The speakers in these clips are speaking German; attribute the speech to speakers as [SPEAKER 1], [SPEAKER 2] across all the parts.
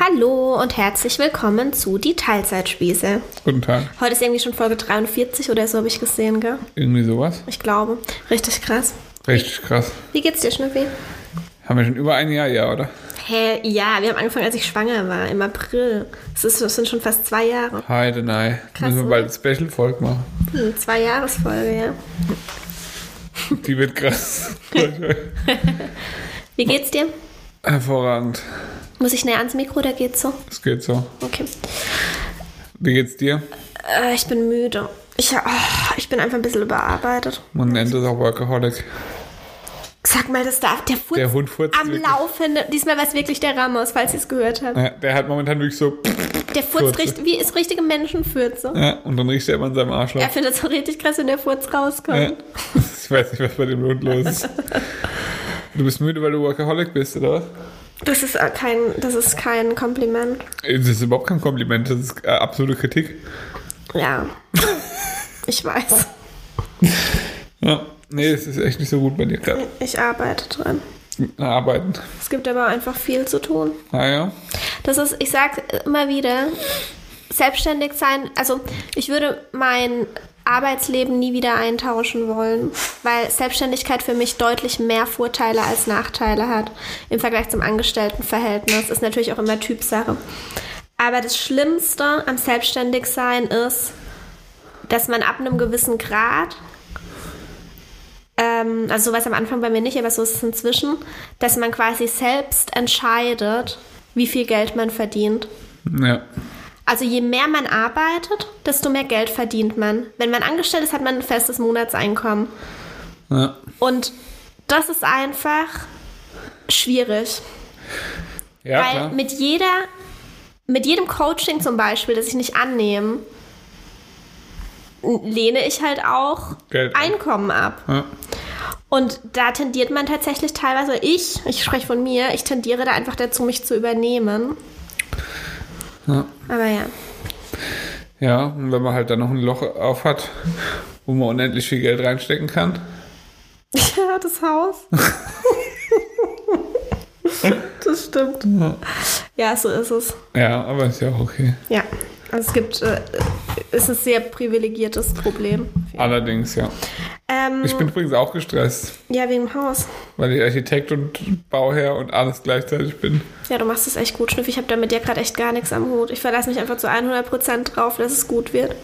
[SPEAKER 1] Hallo und herzlich willkommen zu Die Teilzeitspieße.
[SPEAKER 2] Guten Tag.
[SPEAKER 1] Heute ist irgendwie schon Folge 43 oder so, habe ich gesehen, gell?
[SPEAKER 2] Irgendwie sowas.
[SPEAKER 1] Ich glaube. Richtig krass.
[SPEAKER 2] Richtig krass.
[SPEAKER 1] Wie geht's dir, Schnuffi?
[SPEAKER 2] Haben wir schon über ein Jahr, ja, oder?
[SPEAKER 1] Hä, ja, wir haben angefangen, als ich schwanger war, im April. Das, ist, das sind schon fast zwei Jahre.
[SPEAKER 2] Heide, nein.
[SPEAKER 1] Krass,
[SPEAKER 2] Müssen wir
[SPEAKER 1] oder?
[SPEAKER 2] bald ein Special-Folge machen.
[SPEAKER 1] Hm, zwei Jahresfolge, ja.
[SPEAKER 2] Die wird krass.
[SPEAKER 1] Wie geht's dir?
[SPEAKER 2] Hervorragend.
[SPEAKER 1] Muss ich näher ans Mikro oder geht's so?
[SPEAKER 2] Es geht so.
[SPEAKER 1] Okay.
[SPEAKER 2] Wie geht's dir?
[SPEAKER 1] Äh, ich bin müde. Ich, oh, ich bin einfach ein bisschen überarbeitet.
[SPEAKER 2] Man nennt es auch Workaholic.
[SPEAKER 1] Sag mal, das darf der Furz
[SPEAKER 2] Der Hund furzt.
[SPEAKER 1] am
[SPEAKER 2] wirklich.
[SPEAKER 1] Laufenden. Diesmal war es wirklich der Ramos, falls ihr es gehört habt.
[SPEAKER 2] Ja, der hat momentan wirklich so.
[SPEAKER 1] Der Furz
[SPEAKER 2] Furze.
[SPEAKER 1] riecht, wie ist richtige Menschenfürze.
[SPEAKER 2] Ja, und dann riecht er immer in seinem Arschloch.
[SPEAKER 1] Er findet es auch richtig krass, wenn der Furz
[SPEAKER 2] Ja.
[SPEAKER 1] rauskommt.
[SPEAKER 2] Ich weiß nicht, was bei dem Hund los ist. Du bist müde, weil du Workaholic bist, oder was?
[SPEAKER 1] Das ist äh, kein, das ist kein Kompliment.
[SPEAKER 2] Das ist überhaupt kein Kompliment, das ist äh, absolute Kritik.
[SPEAKER 1] Ja. ich weiß.
[SPEAKER 2] Ja. Nee, es ist echt nicht so gut bei dir gerade.
[SPEAKER 1] Ich arbeite dran.
[SPEAKER 2] Na, Arbeiten.
[SPEAKER 1] Es gibt aber einfach viel zu tun.
[SPEAKER 2] Naja.
[SPEAKER 1] Das ist, ich sag immer wieder, selbstständig sein, also ich würde mein Arbeitsleben nie wieder eintauschen wollen, weil Selbstständigkeit für mich deutlich mehr Vorteile als Nachteile hat im Vergleich zum Angestelltenverhältnis. Ist natürlich auch immer Typsache. Aber das Schlimmste am Selbstständigsein ist, dass man ab einem gewissen Grad ähm, also sowas am Anfang bei mir nicht, aber so ist es inzwischen, dass man quasi selbst entscheidet, wie viel Geld man verdient.
[SPEAKER 2] Ja.
[SPEAKER 1] Also je mehr man arbeitet, desto mehr Geld verdient man. Wenn man angestellt ist, hat man ein festes Monatseinkommen.
[SPEAKER 2] ja.
[SPEAKER 1] Und das ist einfach schwierig.
[SPEAKER 2] Ja,
[SPEAKER 1] weil
[SPEAKER 2] klar.
[SPEAKER 1] mit jeder, mit jedem Coaching zum Beispiel, das ich nicht annehme, lehne ich halt auch
[SPEAKER 2] Geld ab.
[SPEAKER 1] Einkommen ab.
[SPEAKER 2] Ja.
[SPEAKER 1] Und da tendiert man tatsächlich teilweise, ich, ich spreche von mir, ich tendiere da einfach dazu, mich zu übernehmen.
[SPEAKER 2] Ja.
[SPEAKER 1] Aber ja,
[SPEAKER 2] ja, und wenn man halt dann noch ein Loch auf hat, wo man unendlich viel Geld reinstecken kann.
[SPEAKER 1] ja das Haus. das stimmt. Ja, so ist es.
[SPEAKER 2] Ja, aber ist ja auch okay.
[SPEAKER 1] Ja, also es gibt, äh, ist ein sehr privilegiertes Problem.
[SPEAKER 2] Allerdings, ja.
[SPEAKER 1] Ähm,
[SPEAKER 2] Ich bin übrigens auch gestresst,
[SPEAKER 1] ja, wegen dem Haus.
[SPEAKER 2] weil ich Architekt und Bauherr und alles gleichzeitig bin.
[SPEAKER 1] Ja, du machst es echt gut, Schnüff. Ich habe da mit dir gerade echt gar nichts am Hut. Ich verlasse mich einfach zu 100% drauf, dass es gut wird.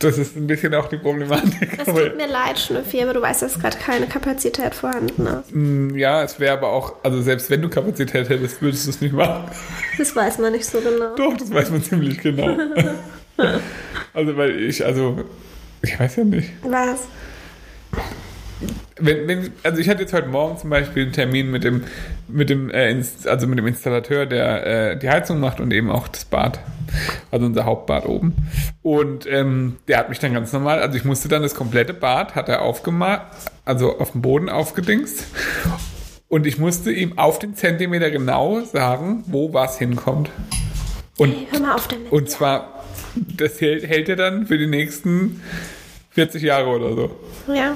[SPEAKER 2] Das ist ein bisschen auch die Problematik.
[SPEAKER 1] Es
[SPEAKER 2] aber-
[SPEAKER 1] tut mir leid, Schnüffi, aber du weißt, dass gerade keine Kapazität vorhanden ne? ist.
[SPEAKER 2] Mm, ja, es wäre aber auch, also selbst wenn du Kapazität hättest, würdest du es nicht machen.
[SPEAKER 1] Das weiß man nicht so genau.
[SPEAKER 2] Doch, das weiß man ziemlich genau. also, weil ich, also, ich weiß ja nicht.
[SPEAKER 1] Was?
[SPEAKER 2] Wenn, wenn, also ich hatte jetzt heute Morgen zum Beispiel einen Termin mit dem, mit dem, äh, Ins- also mit dem Installateur, der äh, die Heizung macht und eben auch das Bad, also unser Hauptbad oben. Und ähm, der hat mich dann ganz normal, also ich musste dann das komplette Bad, hat er aufgemalt, also auf dem Boden aufgedingst. Und ich musste ihm auf den Zentimeter genau sagen, wo was hinkommt. Und
[SPEAKER 1] Hey, hör mal auf damit.
[SPEAKER 2] und zwar, das hält, hält er dann für die nächsten 40 Jahre oder so.
[SPEAKER 1] Ja.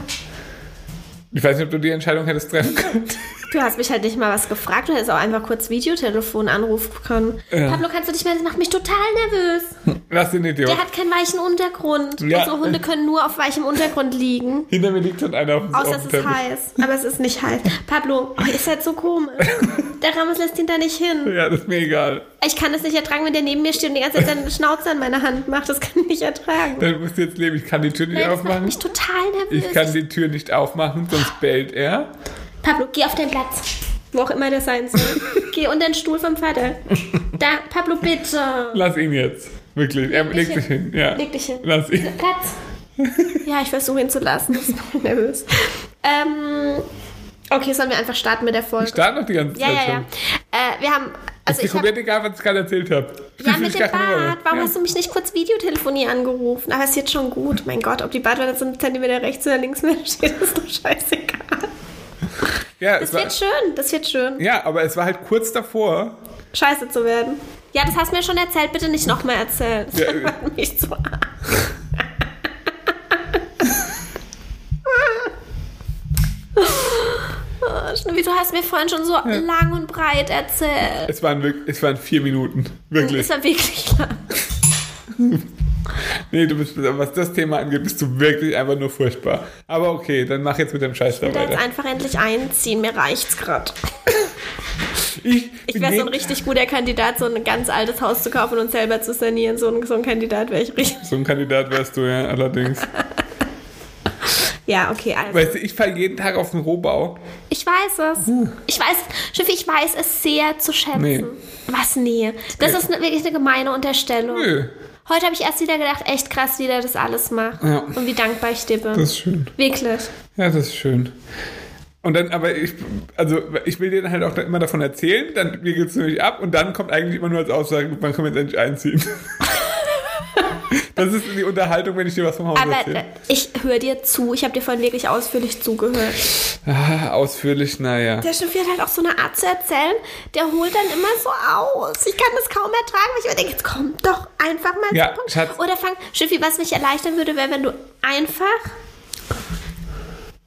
[SPEAKER 2] Ich weiß nicht, ob du die Entscheidung hättest treffen können.
[SPEAKER 1] Du hast mich halt nicht mal was gefragt. Du hättest auch einfach kurz Videotelefon anrufen können.
[SPEAKER 2] Ja.
[SPEAKER 1] Pablo, kannst du dich mal... Das macht mich total nervös.
[SPEAKER 2] Lass den Idiot.
[SPEAKER 1] Der hat keinen weichen Untergrund.
[SPEAKER 2] Ja.
[SPEAKER 1] Unsere Hunde können nur auf weichem Untergrund liegen.
[SPEAKER 2] Hinter mir liegt schon einer auf dem,
[SPEAKER 1] Außer
[SPEAKER 2] auf
[SPEAKER 1] es
[SPEAKER 2] dem
[SPEAKER 1] ist
[SPEAKER 2] Teppich.
[SPEAKER 1] heiß. Aber es ist nicht heiß. Pablo, oh, ihr seid so komisch. Der Ramos lässt ihn da nicht hin.
[SPEAKER 2] Ja, das ist mir egal.
[SPEAKER 1] Ich kann das nicht ertragen, wenn der neben mir steht und die ganze Zeit seine Schnauze an meine Hand macht. Das kann ich nicht ertragen.
[SPEAKER 2] Dann musst du jetzt leben. Ich kann die Tür nicht
[SPEAKER 1] Nein, das macht Ah.
[SPEAKER 2] aufmachen.
[SPEAKER 1] mich total nervös.
[SPEAKER 2] Ich kann die Tür nicht aufmachen, sonst bellt er.
[SPEAKER 1] Pablo, geh auf deinen Platz. Wo auch immer der sein soll. geh unter den Stuhl vom Vater. Da, Pablo, bitte.
[SPEAKER 2] Lass ihn jetzt. Wirklich. Er
[SPEAKER 1] Leg
[SPEAKER 2] legt
[SPEAKER 1] dich
[SPEAKER 2] sich hin. Ja.
[SPEAKER 1] Leg dich hin.
[SPEAKER 2] Lass ihn.
[SPEAKER 1] Platz. Ja, ich versuche ihn zu lassen. Das macht mich nervös. Ähm, okay, sollen wir einfach starten mit der Folge?
[SPEAKER 2] Start noch die ganze
[SPEAKER 1] ja,
[SPEAKER 2] Zeit
[SPEAKER 1] ja, ja.
[SPEAKER 2] schon.
[SPEAKER 1] Äh, wir haben. Also
[SPEAKER 2] Ist dir
[SPEAKER 1] ich hab,
[SPEAKER 2] komplett egal, was ich gerade erzählt habe.
[SPEAKER 1] ja, mit dem Bad. Warum hast du mich nicht kurz Videotelefonie angerufen? Aber es ist jetzt schon gut. Mein Gott, ob die Badwanne jetzt einen Zentimeter rechts oder links mehr steht, ist doch scheißegal.
[SPEAKER 2] ja, es
[SPEAKER 1] Das
[SPEAKER 2] war,
[SPEAKER 1] wird schön, das wird schön.
[SPEAKER 2] ja, aber es war halt kurz davor.
[SPEAKER 1] scheiße zu werden. Ja, das hast du mir schon erzählt, bitte nicht nochmal erzählen. Das
[SPEAKER 2] Ja,
[SPEAKER 1] macht mich so arg. Oh, Schnüffi, Tobi, du hast mir vorhin schon so lang und breit erzählt.
[SPEAKER 2] Es waren, wirk- es waren vier Minuten. Wirklich.
[SPEAKER 1] Ist ja wirklich lang.
[SPEAKER 2] Nee, du bist, was das Thema angeht, bist du wirklich einfach nur furchtbar. Aber okay, dann mach jetzt mit dem Scheiß da
[SPEAKER 1] Ich will da jetzt
[SPEAKER 2] weiter.
[SPEAKER 1] einfach endlich einziehen, mir reicht's gerade.
[SPEAKER 2] Ich,
[SPEAKER 1] Ich wäre so ein
[SPEAKER 2] nee,
[SPEAKER 1] richtig guter Kandidat, so ein ganz altes Haus zu kaufen und selber zu sanieren. So ein, so ein Kandidat wäre ich richtig.
[SPEAKER 2] so ein Kandidat wärst du, ja, allerdings.
[SPEAKER 1] Ja, okay, also.
[SPEAKER 2] Weißt du, ich falle jeden Tag auf den Rohbau.
[SPEAKER 1] Ich weiß es. Ich weiß, Schiffi, ich weiß es sehr zu schätzen.
[SPEAKER 2] Hm. Nee.
[SPEAKER 1] Was? Nee. Das ist eine, wirklich eine gemeine Unterstellung.
[SPEAKER 2] Nö,
[SPEAKER 1] Heute habe ich erst wieder gedacht, echt krass, wie der das alles macht.
[SPEAKER 2] Ja.
[SPEAKER 1] Und wie dankbar ich dir bin.
[SPEAKER 2] das ist schön.
[SPEAKER 1] wirklich.
[SPEAKER 2] Ja, das ist schön. Und dann, aber ich, also ich will dir dann halt auch immer davon erzählen, dann wiegelst du mich ab und dann kommt eigentlich immer nur als Aussage, gut, wann können wir jetzt endlich einziehen? das ist die Unterhaltung, wenn ich dir was vom Haus
[SPEAKER 1] Aber
[SPEAKER 2] erzähle.
[SPEAKER 1] äh, ich höre dir zu. Ich habe dir vorhin wirklich ausführlich zugehört.
[SPEAKER 2] Ah, ausführlich, naja.
[SPEAKER 1] Der Schiffi hat halt auch so eine Art zu erzählen, der holt dann immer so aus. Ich kann das kaum ertragen, weil ich mir denke, jetzt komm doch einfach mal
[SPEAKER 2] Ja,
[SPEAKER 1] zum Punkt.
[SPEAKER 2] Schatz.
[SPEAKER 1] Oder fang, Schiffi, was mich erleichtern würde, wäre, wenn du einfach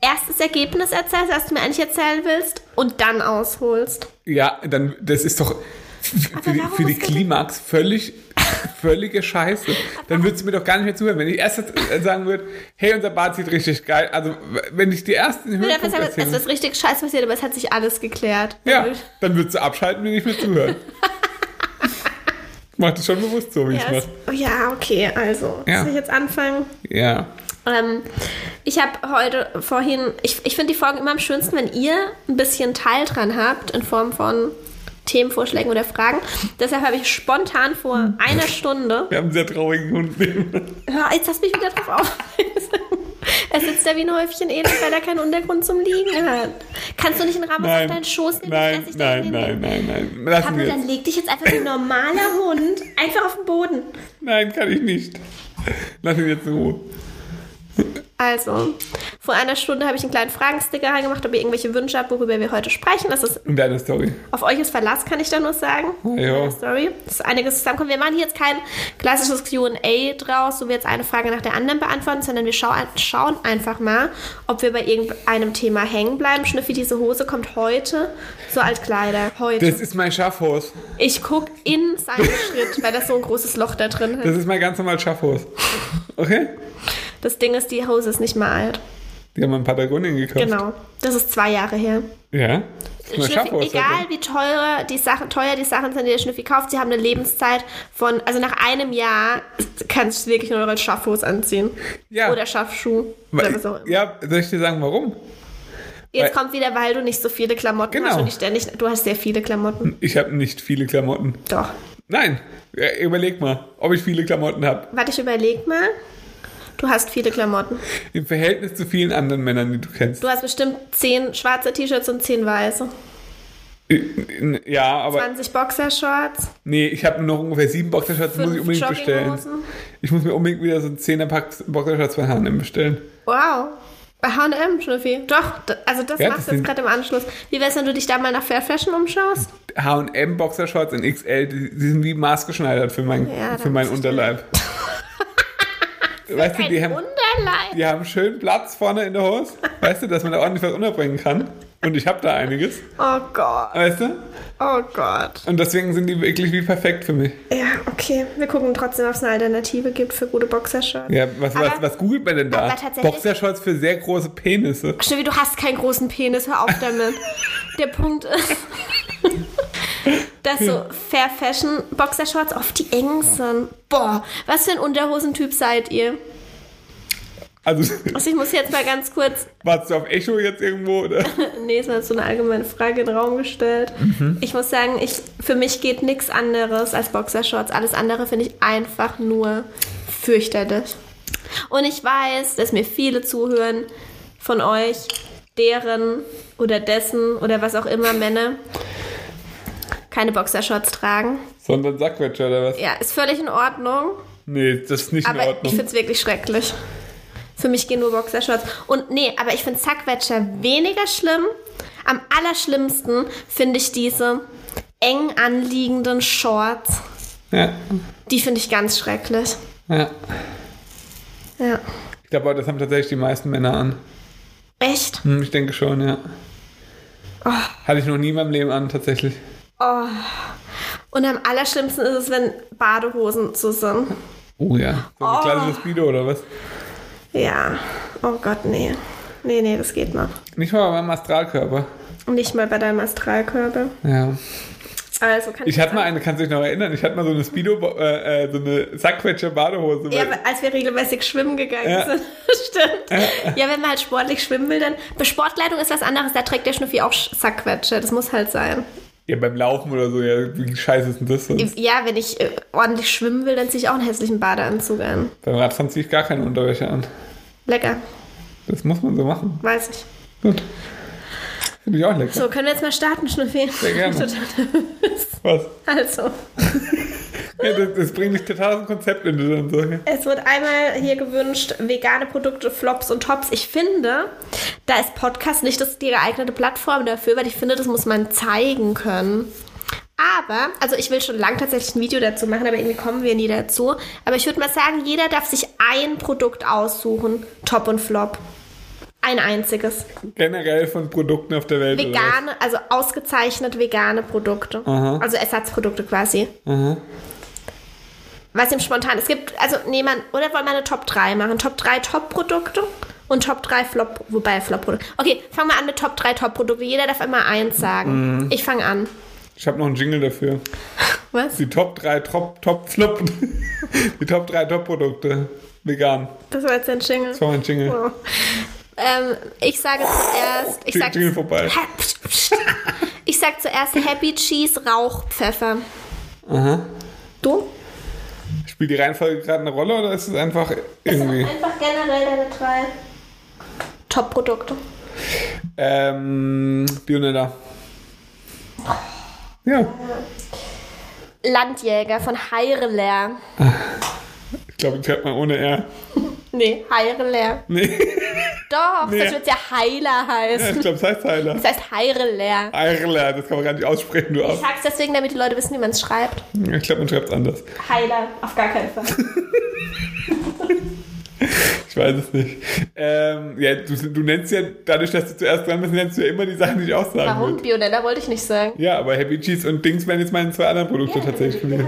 [SPEAKER 1] erstes Ergebnis erzählst, was du mir eigentlich erzählen willst, und dann ausholst.
[SPEAKER 2] Ja, dann, das ist doch für die,
[SPEAKER 1] warum
[SPEAKER 2] für die
[SPEAKER 1] ist das denn-
[SPEAKER 2] Klimax völlig, völlige Scheiße. Dann würdest du mir doch gar nicht mehr zuhören, wenn ich erst äh, sagen würde, hey, unser Bad sieht richtig geil. Also, wenn ich die ersten
[SPEAKER 1] Ich würde einfach
[SPEAKER 2] Höhepunkt
[SPEAKER 1] sagen, es
[SPEAKER 2] erzählen
[SPEAKER 1] ist was richtig scheiß passiert, aber es hat sich alles geklärt.
[SPEAKER 2] Ja, dann würdest du abschalten und nicht mehr zuhören. Ich mach das schon bewusst so, wie ich
[SPEAKER 1] Ja,
[SPEAKER 2] es
[SPEAKER 1] es-
[SPEAKER 2] mache.
[SPEAKER 1] Oh ja, okay, also.
[SPEAKER 2] Ja.
[SPEAKER 1] Soll ich jetzt anfangen?
[SPEAKER 2] Ja.
[SPEAKER 1] Ähm, ich habe heute vorhin, ich, ich finde die Folgen immer am schönsten, wenn ihr ein bisschen Teil dran habt in Form von Themenvorschlägen oder Fragen. Deshalb habe ich spontan
[SPEAKER 2] Hm.
[SPEAKER 1] vor einer Stunde.
[SPEAKER 2] Wir haben einen sehr traurigen Hund.
[SPEAKER 1] Hör, jetzt lass mich wieder drauf aufweisen. Er sitzt da wie ein Häufchen elend, weil er keinen Untergrund zum Liegen hat. Kannst du nicht einen Ramos auf
[SPEAKER 2] Nein.
[SPEAKER 1] deinen Schoß nehmen?
[SPEAKER 2] Nein,
[SPEAKER 1] Ich lass dich da
[SPEAKER 2] nein,
[SPEAKER 1] hinlegen.
[SPEAKER 2] nein, nein, nein. Lassen
[SPEAKER 1] Pablo,
[SPEAKER 2] wir
[SPEAKER 1] dann
[SPEAKER 2] jetzt.
[SPEAKER 1] leg dich jetzt einfach wie ein normaler Hund einfach auf den Boden.
[SPEAKER 2] Nein, kann ich nicht. Lass ihn jetzt in Ruhe.
[SPEAKER 1] Also, vor einer Stunde habe ich einen kleinen Fragensticker reingemacht, ob ihr irgendwelche Wünsche habt, worüber wir heute sprechen. Das ist
[SPEAKER 2] Und deine Story.
[SPEAKER 1] Auf euch ist Verlass, kann ich da nur sagen. Äh,
[SPEAKER 2] ja.
[SPEAKER 1] Sorry. Das ist einiges zusammenkommt. Wir machen hier jetzt kein klassisches QA draus, wo wir jetzt eine Frage nach der anderen beantworten, sondern wir schau schauen einfach mal, ob wir bei irgendeinem Thema hängen bleiben. Schnüffi, diese Hose kommt heute zur Altkleider. Heute.
[SPEAKER 2] Das ist mein Schaffhorst.
[SPEAKER 1] ich guck in seinen Schritt, weil das so ein großes Loch da drin hat.
[SPEAKER 2] Das ist mein ganz normales Schaffhorst. Okay?
[SPEAKER 1] Das Ding ist, die Hose ist nicht mehr alt.
[SPEAKER 2] Die haben wir in Patagonien gekauft.
[SPEAKER 1] Genau. Das ist zwei Jahre her.
[SPEAKER 2] Ja? Das ist mein
[SPEAKER 1] Schnüffi,
[SPEAKER 2] Schaffhorst.
[SPEAKER 1] egal wie teuer die Sachen, teuer die Sachen sind, die der Schnüffi kauft, sie haben eine Lebenszeit von, also nach einem Jahr kannst du wirklich nur noch als Schaffhose anziehen.
[SPEAKER 2] Ja.
[SPEAKER 1] Oder Schaffschuh. Oder was auch immer.
[SPEAKER 2] Ja, soll ich dir sagen, warum?
[SPEAKER 1] Jetzt
[SPEAKER 2] weil-
[SPEAKER 1] kommt wieder, weil du nicht so viele Klamotten
[SPEAKER 2] Genau. Hm.
[SPEAKER 1] hast und ich ständig, du hast sehr viele Klamotten.
[SPEAKER 2] Ich habe nicht viele Klamotten.
[SPEAKER 1] Doch.
[SPEAKER 2] Nein, Ja, überleg mal, ob ich viele Klamotten habe.
[SPEAKER 1] Warte, ich überleg mal. Du hast viele Klamotten.
[SPEAKER 2] Im Verhältnis zu vielen anderen Männern, die du kennst.
[SPEAKER 1] Du hast bestimmt zehn schwarze T-Shirts und zehn weiße.
[SPEAKER 2] Äh, Ja, aber
[SPEAKER 1] 20 Boxershorts,
[SPEAKER 2] nee, ich habe nur noch ungefähr sieben Boxershorts, muss ich
[SPEAKER 1] fünf
[SPEAKER 2] unbedingt bestellen.
[SPEAKER 1] Jogginghosen.
[SPEAKER 2] Ich muss mir unbedingt wieder so ein 10er Pack Boxershorts von H&M bestellen.
[SPEAKER 1] Wow. Bei H&M, Schnüffi. Doch, d- also das
[SPEAKER 2] Ja, das
[SPEAKER 1] machst du jetzt
[SPEAKER 2] sind-
[SPEAKER 1] gerade im Anschluss. Wie wär's, wenn du dich da mal nach Fair Fashion umschaust?
[SPEAKER 2] H&M Boxershorts in XL, die, die sind wie maßgeschneidert für, mein,
[SPEAKER 1] Ja,
[SPEAKER 2] für meinen
[SPEAKER 1] das ist
[SPEAKER 2] Unterleib. weißt du, die haben,
[SPEAKER 1] Wunderlein.
[SPEAKER 2] die haben schön Platz vorne in der Hose. Weißt du, dass man da ordentlich was unterbringen kann. Und ich habe da einiges,
[SPEAKER 1] Oh Gott,
[SPEAKER 2] weißt du?
[SPEAKER 1] oh Gott.
[SPEAKER 2] Und deswegen sind die wirklich wie perfekt für mich.
[SPEAKER 1] Ja, okay. Wir gucken trotzdem, ob es eine Alternative gibt für gute Boxershorts.
[SPEAKER 2] Ja, was, was,
[SPEAKER 1] Aber-
[SPEAKER 2] was googelt man denn da?
[SPEAKER 1] aber tatsächlich-
[SPEAKER 2] Boxershorts für sehr große Penisse.
[SPEAKER 1] Schnüffi, du hast keinen großen Penis, hör auf damit. Der Punkt ist, dass so Fair Fashion Boxershorts oft die engen sind. Boah, was für ein Unterhosentyp seid ihr?
[SPEAKER 2] Also,
[SPEAKER 1] Also ich muss jetzt mal ganz kurz
[SPEAKER 2] warst du auf Echo jetzt irgendwo? Oder?
[SPEAKER 1] Nee, es war so eine allgemeine Frage in den Raum gestellt. Ich muss sagen, ich, für mich geht nichts anderes als Boxershorts. Alles andere finde ich einfach nur fürchterlich. Und ich weiß, dass mir viele zuhören von euch, deren oder dessen oder was auch immer Männer keine Boxershorts tragen.
[SPEAKER 2] Sondern Sackquetscher oder was?
[SPEAKER 1] Ja, ist völlig in Ordnung.
[SPEAKER 2] Nee, das ist nicht in
[SPEAKER 1] Aber ich
[SPEAKER 2] Ordnung.
[SPEAKER 1] finde es wirklich schrecklich. Für mich gehen nur Boxershorts. Und nee, aber ich finde Zackwetscher weniger schlimm. Am allerschlimmsten finde ich diese eng anliegenden Shorts.
[SPEAKER 2] Ja.
[SPEAKER 1] Die finde ich ganz schrecklich.
[SPEAKER 2] Ja.
[SPEAKER 1] Ja.
[SPEAKER 2] Ich glaube, das haben tatsächlich die meisten Männer an.
[SPEAKER 1] Echt?
[SPEAKER 2] Hm, Ich denke schon, ja.
[SPEAKER 1] Ah.
[SPEAKER 2] Hatte ich noch nie in meinem Leben an, tatsächlich.
[SPEAKER 1] Oh. Und am allerschlimmsten ist es, wenn Badehosen zu sind.
[SPEAKER 2] Oh ja. So ein
[SPEAKER 1] Oh.
[SPEAKER 2] kleines Speedo oder was?
[SPEAKER 1] Ja. Oh Gott, nee. Nee, nee, das geht noch.
[SPEAKER 2] Nicht mal beim Astralkörper.
[SPEAKER 1] Nicht mal bei deinem Astralkörper.
[SPEAKER 2] Ja.
[SPEAKER 1] Also kann
[SPEAKER 2] Ich hatte mal eine, kannst du dich noch erinnern, ich hatte mal so eine Speedo, äh, äh, so eine Sackquetscher-Badehose.
[SPEAKER 1] Ja,
[SPEAKER 2] weil-
[SPEAKER 1] als wir regelmäßig schwimmen gegangen
[SPEAKER 2] Ja.
[SPEAKER 1] sind. Stimmt. Ja, wenn man halt sportlich schwimmen will, dann. Bei Sportkleidung ist was anderes, da trägt der Schnuffi auch Sch- Sackquetsche. Das muss halt sein.
[SPEAKER 2] ja, beim Laufen oder so, ja, wie scheiße ist denn das? Sonst?
[SPEAKER 1] Ja, wenn ich äh, ordentlich schwimmen will, dann ziehe ich auch einen hässlichen Badeanzug an.
[SPEAKER 2] Beim Radfahren ziehe ich gar keine Unterwäsche an.
[SPEAKER 1] Lecker,
[SPEAKER 2] Das muss man so machen.
[SPEAKER 1] weiß ich.
[SPEAKER 2] Gut. Finde ich auch lecker.
[SPEAKER 1] So, können wir jetzt mal starten, Schnuffi?
[SPEAKER 2] Sehr gerne. Was?
[SPEAKER 1] Also,
[SPEAKER 2] Ja, das, das bringt dich total aus dem Konzept, wenn du dann so. Ja.
[SPEAKER 1] es wird einmal hier gewünscht, vegane Produkte, Flops und Tops. Ich finde, da ist Podcast nicht das, die geeignete Plattform dafür, weil ich finde, das muss man zeigen können. Aber, also ich will schon lange tatsächlich ein Video dazu machen, aber irgendwie kommen wir nie dazu. Aber ich würde mal sagen, jeder darf sich ein Produkt aussuchen, Top und Flop. Ein einziges.
[SPEAKER 2] Generell von Produkten auf der Welt. oder
[SPEAKER 1] Vegane, also ausgezeichnet vegane Produkte.
[SPEAKER 2] Aha.
[SPEAKER 1] Also Ersatzprodukte quasi.
[SPEAKER 2] was? Aha.
[SPEAKER 1] Was im spontan. Es gibt, also nee, man, oder wollen wir eine Top 3 machen? Top 3 Top-Produkte und Top 3 Flop, wobei Flop-Produkte. Okay, fangen wir an mit Top 3 Top-Produkte. Jeder darf immer eins sagen.
[SPEAKER 2] Mhm.
[SPEAKER 1] Ich fange an.
[SPEAKER 2] Ich habe noch einen Jingle dafür.
[SPEAKER 1] Was?
[SPEAKER 2] Die Top 3 Top, Top Flop. Die Top 3 Top Produkte. Vegan.
[SPEAKER 1] Das war jetzt ein Jingle.
[SPEAKER 2] Das war mein Jingle.
[SPEAKER 1] Oh. Ähm, ich sage zuerst. Ich sage
[SPEAKER 2] Jingle vorbei.
[SPEAKER 1] Ha- pst, pst. Ich sage zuerst Happy Cheese Rauchpfeffer.
[SPEAKER 2] Aha.
[SPEAKER 1] Du?
[SPEAKER 2] Spielt die Reihenfolge gerade eine Rolle oder ist es einfach irgendwie?
[SPEAKER 1] Einfach generell deine drei Top-Produkte.
[SPEAKER 2] Ähm, Bionella. Ja,
[SPEAKER 1] Landjäger von Heireler.
[SPEAKER 2] ich glaube, das hört man ohne R.
[SPEAKER 1] Nee, Heireler.
[SPEAKER 2] Nee,
[SPEAKER 1] Doch,
[SPEAKER 2] Nee.
[SPEAKER 1] das wird ja Heiler heißen.
[SPEAKER 2] ich glaube, es heißt Heiler.
[SPEAKER 1] Das heißt Heireler.
[SPEAKER 2] Eirler, das kann man gar nicht aussprechen, du
[SPEAKER 1] Ich
[SPEAKER 2] Arsch.
[SPEAKER 1] sag's deswegen, damit die Leute wissen, wie man es schreibt.
[SPEAKER 2] Ich glaube, man schreibt es anders.
[SPEAKER 1] Heiler, auf gar keinen Fall.
[SPEAKER 2] Ich weiß es nicht. Ähm, ja, du, du nennst ja, dadurch, dass du zuerst dran bist, nennst du ja immer die Sachen, die ich auch sagen
[SPEAKER 1] Warum?
[SPEAKER 2] will.
[SPEAKER 1] Bionella wollte ich nicht sagen.
[SPEAKER 2] Ja, aber Happy Cheese und Dings wären jetzt meine zwei anderen Produkte tatsächlich gewesen.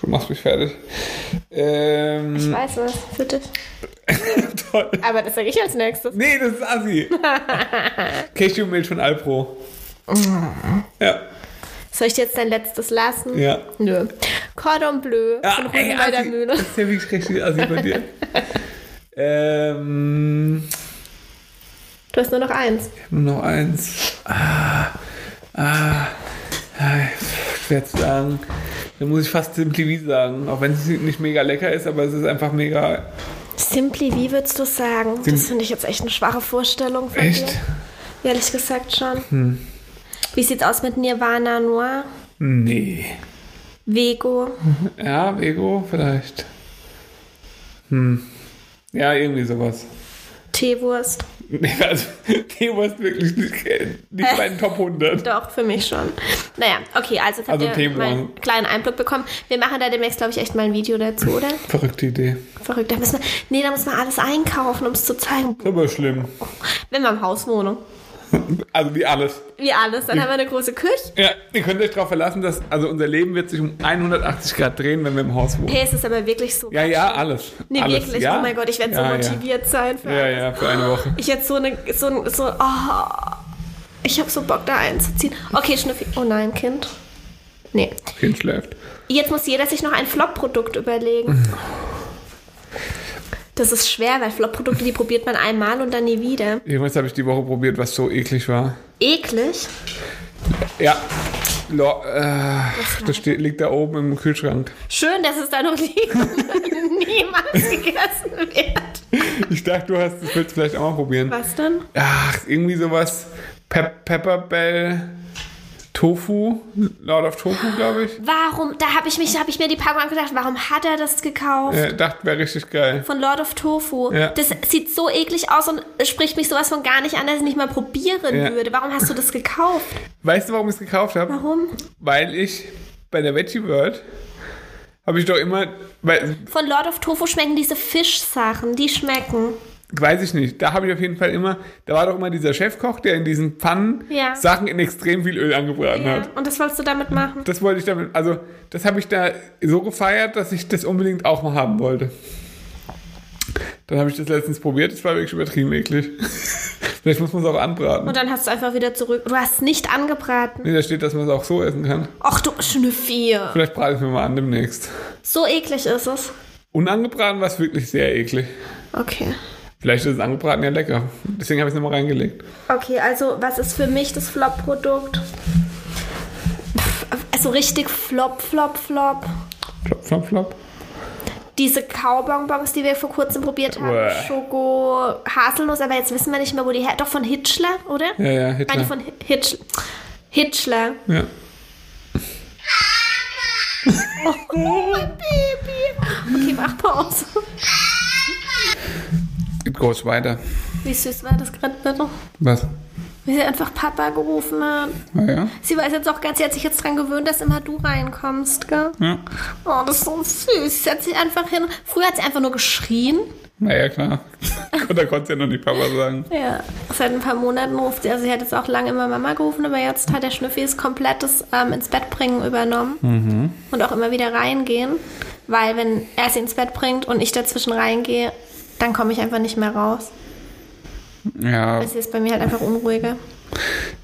[SPEAKER 2] Du machst mich fertig.
[SPEAKER 1] Ich
[SPEAKER 2] Ähm,
[SPEAKER 1] weiß was, für dich.
[SPEAKER 2] toll.
[SPEAKER 1] Aber das sage ich als nächstes.
[SPEAKER 2] Nee, das ist Assi. Cashewmilch von Alpro. ja,
[SPEAKER 1] Soll ich dir jetzt dein letztes lassen?
[SPEAKER 2] ja.
[SPEAKER 1] Nö. Cordon Bleu
[SPEAKER 2] ja
[SPEAKER 1] von
[SPEAKER 2] ey,
[SPEAKER 1] Rosenwalder
[SPEAKER 2] Assi. Das
[SPEAKER 1] Mühle.
[SPEAKER 2] ist ja wirklich richtig Assi von dir. ähm,
[SPEAKER 1] Du hast nur noch eins.
[SPEAKER 2] nur noch eins. Ah, ah, ah, schwer zu sagen. Dann muss ich fast Simply Wie sagen. Auch wenn es nicht mega lecker ist, aber es ist einfach mega.
[SPEAKER 1] Simply, wie würdest du sagen?
[SPEAKER 2] Sim-
[SPEAKER 1] Das finde ich jetzt echt eine schwache Vorstellung von
[SPEAKER 2] Echt? Hm.
[SPEAKER 1] dir. Ehrlich gesagt schon. Wie sieht's aus mit Nirvana Noir?
[SPEAKER 2] Nee.
[SPEAKER 1] Vego?
[SPEAKER 2] Ja, Ego vielleicht. Hm. Ja, irgendwie sowas.
[SPEAKER 1] Teewurst?
[SPEAKER 2] Nee, also, Theo ist wirklich nicht, nicht mein Top 100.
[SPEAKER 1] Doch, für mich schon. Naja, okay, also jetzt habt
[SPEAKER 2] Also
[SPEAKER 1] ihr
[SPEAKER 2] Themen.
[SPEAKER 1] mal einen kleinen Einblick bekommen. Wir machen da demnächst, glaube ich, echt mal ein Video dazu, oder?
[SPEAKER 2] Verrückte Idee.
[SPEAKER 1] Verrückt, da müssen wir, nee, da muss man alles einkaufen, um es zu zeigen.
[SPEAKER 2] Ist aber schlimm.
[SPEAKER 1] Wenn wir im Haus wohnen.
[SPEAKER 2] Also wie alles.
[SPEAKER 1] Wie alles, dann haben wir eine große Küche.
[SPEAKER 2] Ja, ihr könnt euch darauf verlassen, dass also unser Leben wird sich um 180 Grad drehen, wenn wir im Haus wohnen.
[SPEAKER 1] Hey, es ist aber wirklich so.
[SPEAKER 2] Ja, ja, alles.
[SPEAKER 1] nee,
[SPEAKER 2] alles.
[SPEAKER 1] wirklich.
[SPEAKER 2] Ja?
[SPEAKER 1] Oh mein Gott, ich werde so
[SPEAKER 2] ja,
[SPEAKER 1] motiviert sein. Für
[SPEAKER 2] Ja. ja, ja, für eine Woche.
[SPEAKER 1] Ich jetzt so eine, so ein, so, oh, ich habe so Bock da einzuziehen. Okay, Schnüffi. Oh nein, Kind. Nee.
[SPEAKER 2] Kind schläft.
[SPEAKER 1] Jetzt muss jeder sich noch ein Flop-Produkt überlegen. Das ist schwer, weil Flop-Produkte, die probiert man einmal und dann nie wieder.
[SPEAKER 2] Irgendwas habe ich die Woche probiert, was so eklig war.
[SPEAKER 1] Eklig.
[SPEAKER 2] Ja. Lo äh, das steht, liegt da oben im Kühlschrank.
[SPEAKER 1] Schön, dass es da noch liegt und niemals gegessen wird.
[SPEAKER 2] Ich dachte, du hast, das willst du vielleicht auch mal probieren.
[SPEAKER 1] Was denn?
[SPEAKER 2] Ach, irgendwie sowas. Pe Pepperbell Tofu. Lord of Tofu, glaube ich.
[SPEAKER 1] Warum? Da habe ich mich, habe ich mir die Packung angedacht. Warum hat er das gekauft?
[SPEAKER 2] Äh, dachte, wäre richtig geil.
[SPEAKER 1] Von Lord of Tofu.
[SPEAKER 2] Ja.
[SPEAKER 1] Das sieht so eklig aus und spricht mich sowas von gar nicht an, dass ich nicht mal probieren
[SPEAKER 2] Ja.
[SPEAKER 1] würde. Warum hast du das gekauft?
[SPEAKER 2] Weißt du, warum ich es gekauft habe?
[SPEAKER 1] Warum?
[SPEAKER 2] Weil ich bei der Veggie World habe ich doch immer. Weil,
[SPEAKER 1] Von Lord of Tofu schmecken diese Fischsachen. Die schmecken.
[SPEAKER 2] Weiß ich nicht. Da habe ich auf jeden Fall immer, da war doch immer dieser Chefkoch, der in diesen Pfannen
[SPEAKER 1] Ja.
[SPEAKER 2] Sachen in extrem viel Öl angebraten
[SPEAKER 1] Ja.
[SPEAKER 2] hat.
[SPEAKER 1] Und das wolltest du damit machen?
[SPEAKER 2] Das wollte ich damit, also das habe ich da so gefeiert, dass ich das unbedingt auch mal haben wollte. Dann habe ich das letztens probiert, es war wirklich übertrieben eklig. Vielleicht muss man es auch anbraten.
[SPEAKER 1] Und dann hast du einfach wieder zurück. Du hast nicht angebraten.
[SPEAKER 2] Nee, da steht, dass man es auch so essen kann.
[SPEAKER 1] Och du Schnüffi.
[SPEAKER 2] Vielleicht brate ich mir mal an demnächst.
[SPEAKER 1] So eklig ist es.
[SPEAKER 2] Unangebraten war es wirklich sehr eklig.
[SPEAKER 1] Okay.
[SPEAKER 2] Vielleicht ist es angebraten ja lecker. Deswegen habe ich es nochmal reingelegt.
[SPEAKER 1] Okay, also was ist für mich das Flop-Produkt? Pff, Also richtig Flop, Flop, Flop.
[SPEAKER 2] Flop, flop, flop.
[SPEAKER 1] Diese Kaubonbons, die wir vor kurzem probiert haben.
[SPEAKER 2] Uah.
[SPEAKER 1] Schoko, Haselnuss, aber jetzt wissen wir nicht mehr, wo die her... Doch, von Hitchler, oder?
[SPEAKER 2] Ja, ja,
[SPEAKER 1] Eine
[SPEAKER 2] Hitler.
[SPEAKER 1] von Hi- Hitch Hitchler.
[SPEAKER 2] Ja.
[SPEAKER 1] Oh, mein Baby. Okay, mach Pause.
[SPEAKER 2] Groß weiter.
[SPEAKER 1] Wie süß war das gerade bitte?
[SPEAKER 2] Was?
[SPEAKER 1] Wie sie einfach Papa gerufen hat.
[SPEAKER 2] Naja.
[SPEAKER 1] Sie weiß jetzt auch ganz, sie hat sich jetzt dran gewöhnt, dass immer du reinkommst, gell?
[SPEAKER 2] Ja.
[SPEAKER 1] Oh, das ist so süß. Sie hat sich einfach hin. Früher hat sie einfach nur geschrien.
[SPEAKER 2] Naja, klar. da konnte ja noch nicht Papa sagen.
[SPEAKER 1] Ja. Seit ein paar Monaten ruft sie. Also sie hat jetzt auch lange immer Mama gerufen, aber jetzt hat der Schnüffis komplettes ähm, ins Bett bringen übernommen. Und auch immer wieder reingehen. Weil wenn er sie ins Bett bringt und ich dazwischen reingehe, dann komme ich einfach nicht mehr raus.
[SPEAKER 2] Ja,
[SPEAKER 1] Es ist bei mir halt einfach unruhiger.
[SPEAKER 2] haben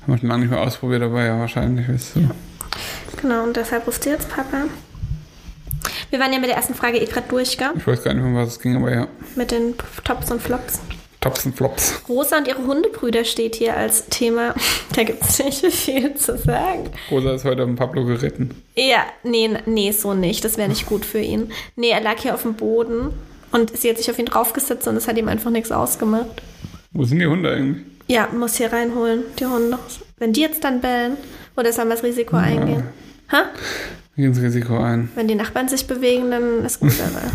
[SPEAKER 2] wir schon lange nicht mehr ausprobiert, aber ja, wahrscheinlich ist es so.
[SPEAKER 1] Genau, und deshalb ruft sie jetzt Papa. Wir waren ja mit der ersten Frage eh gerade durch, gell?
[SPEAKER 2] Ich weiß gar nicht mehr, um was es ging, aber ja.
[SPEAKER 1] Mit den P- Tops und Flops.
[SPEAKER 2] Tops und Flops.
[SPEAKER 1] Rosa und ihre Hundebrüder steht hier als Thema. Da gibt es nicht viel zu sagen.
[SPEAKER 2] Rosa ist heute am Pablo geritten.
[SPEAKER 1] Ja, nee, nee, so nicht. Das wäre nicht gut für ihn. Nee, er lag hier auf dem Boden und sie hat sich auf ihn draufgesetzt und es hat ihm einfach nichts ausgemacht.
[SPEAKER 2] Wo sind die Hunde eigentlich?
[SPEAKER 1] Ja, muss hier reinholen, die Hunde. Wenn die jetzt dann bellen, oder soll man das Risiko eingehen? Ha?
[SPEAKER 2] Wir gehen ins Risiko ein.
[SPEAKER 1] Wenn die Nachbarn sich bewegen, dann ist gut dabei.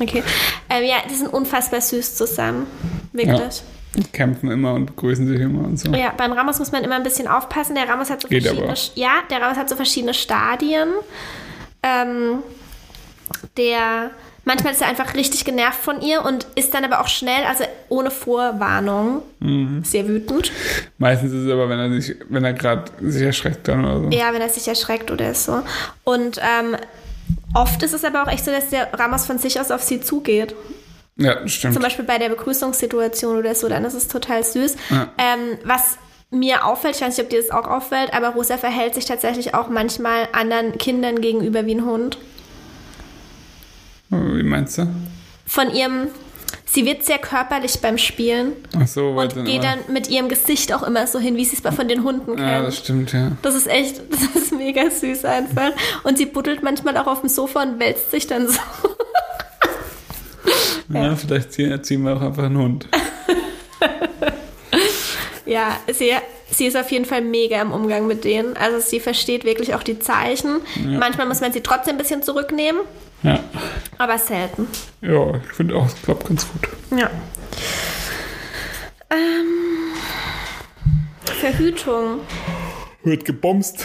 [SPEAKER 1] Okay. Ähm, ja, die sind unfassbar süß zusammen. Wirklich.
[SPEAKER 2] Die kämpfen immer und begrüßen sich immer und so.
[SPEAKER 1] Ja. beim Ramos muss man immer ein bisschen aufpassen. Der Ramos hat so
[SPEAKER 2] Geht
[SPEAKER 1] verschiedene.
[SPEAKER 2] aber.
[SPEAKER 1] Ja, der Ramos hat so verschiedene Stadien. Ähm, der manchmal ist er einfach richtig genervt von ihr und ist dann aber auch schnell, also ohne Vorwarnung,
[SPEAKER 2] Mhm.
[SPEAKER 1] sehr wütend.
[SPEAKER 2] Meistens ist es aber, wenn er sich, wenn er gerade sich erschreckt dann oder so.
[SPEAKER 1] Ja, wenn er sich erschreckt oder so. Und ähm, oft ist es aber auch echt so, dass der Ramos von sich aus auf sie zugeht.
[SPEAKER 2] Ja, stimmt.
[SPEAKER 1] Zum Beispiel bei der Begrüßungssituation oder so, dann ist es total süß.
[SPEAKER 2] Ja.
[SPEAKER 1] Ähm, was mir auffällt, ich weiß nicht, ob dir das auch auffällt, aber Rosa verhält sich tatsächlich auch manchmal anderen Kindern gegenüber wie ein Hund.
[SPEAKER 2] Wie meinst du?
[SPEAKER 1] Von ihrem, sie wird sehr körperlich beim Spielen
[SPEAKER 2] Ach so, weil
[SPEAKER 1] und geht
[SPEAKER 2] immer-
[SPEAKER 1] dann mit ihrem Gesicht auch immer so hin, wie sie es bei- von den Hunden
[SPEAKER 2] Ja,
[SPEAKER 1] kennt.
[SPEAKER 2] das stimmt, ja.
[SPEAKER 1] das ist echt, das ist mega süß einfach. Und sie buddelt manchmal auch auf dem Sofa und wälzt sich dann so.
[SPEAKER 2] ja. vielleicht ziehen, erziehen wir auch einfach einen Hund.
[SPEAKER 1] Ja, sie, sie ist auf jeden Fall mega im Umgang mit denen. Also sie versteht wirklich auch die Zeichen. Manchmal muss man sie trotzdem ein bisschen zurücknehmen,
[SPEAKER 2] Ja.
[SPEAKER 1] aber selten.
[SPEAKER 2] Ja, ich finde auch, es klappt ganz gut.
[SPEAKER 1] Ja. Ähm, Verhütung.
[SPEAKER 2] Wird gebomst.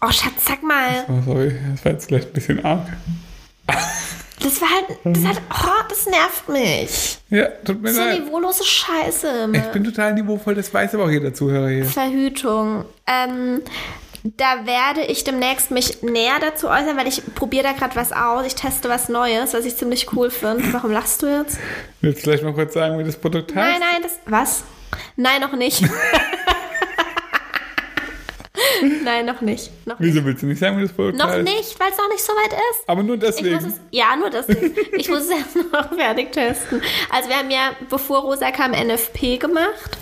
[SPEAKER 1] Oh, Schatz, sag mal.
[SPEAKER 2] Oh, sorry, das war jetzt vielleicht ein bisschen arg.
[SPEAKER 1] Das war halt. Das, hat, oh, das nervt mich.
[SPEAKER 2] Ja, tut mir
[SPEAKER 1] So
[SPEAKER 2] leid.
[SPEAKER 1] niveaulose Scheiße. immer.
[SPEAKER 2] Ich bin total niveauvoll, das weiß aber auch jeder Zuhörer hier.
[SPEAKER 1] Verhütung. Ähm, da werde ich demnächst mich näher dazu äußern, weil ich probiere da gerade was aus. Ich teste was Neues, was ich ziemlich cool finde. Warum lachst du jetzt?
[SPEAKER 2] Willst du vielleicht mal kurz sagen, wie das Produkt heißt?
[SPEAKER 1] Nein, nein, das. Was? Nein, noch nicht. nein, noch nicht. Noch,
[SPEAKER 2] Wieso willst du nicht sagen, wie das Produkt
[SPEAKER 1] noch
[SPEAKER 2] heißt?
[SPEAKER 1] nicht, weil es noch nicht so weit ist.
[SPEAKER 2] Aber nur
[SPEAKER 1] Ich
[SPEAKER 2] deswegen.
[SPEAKER 1] muss es, ja, nur deswegen. Ich muss es erst noch fertig testen. Also wir haben ja, bevor Rosa kam, NFP gemacht.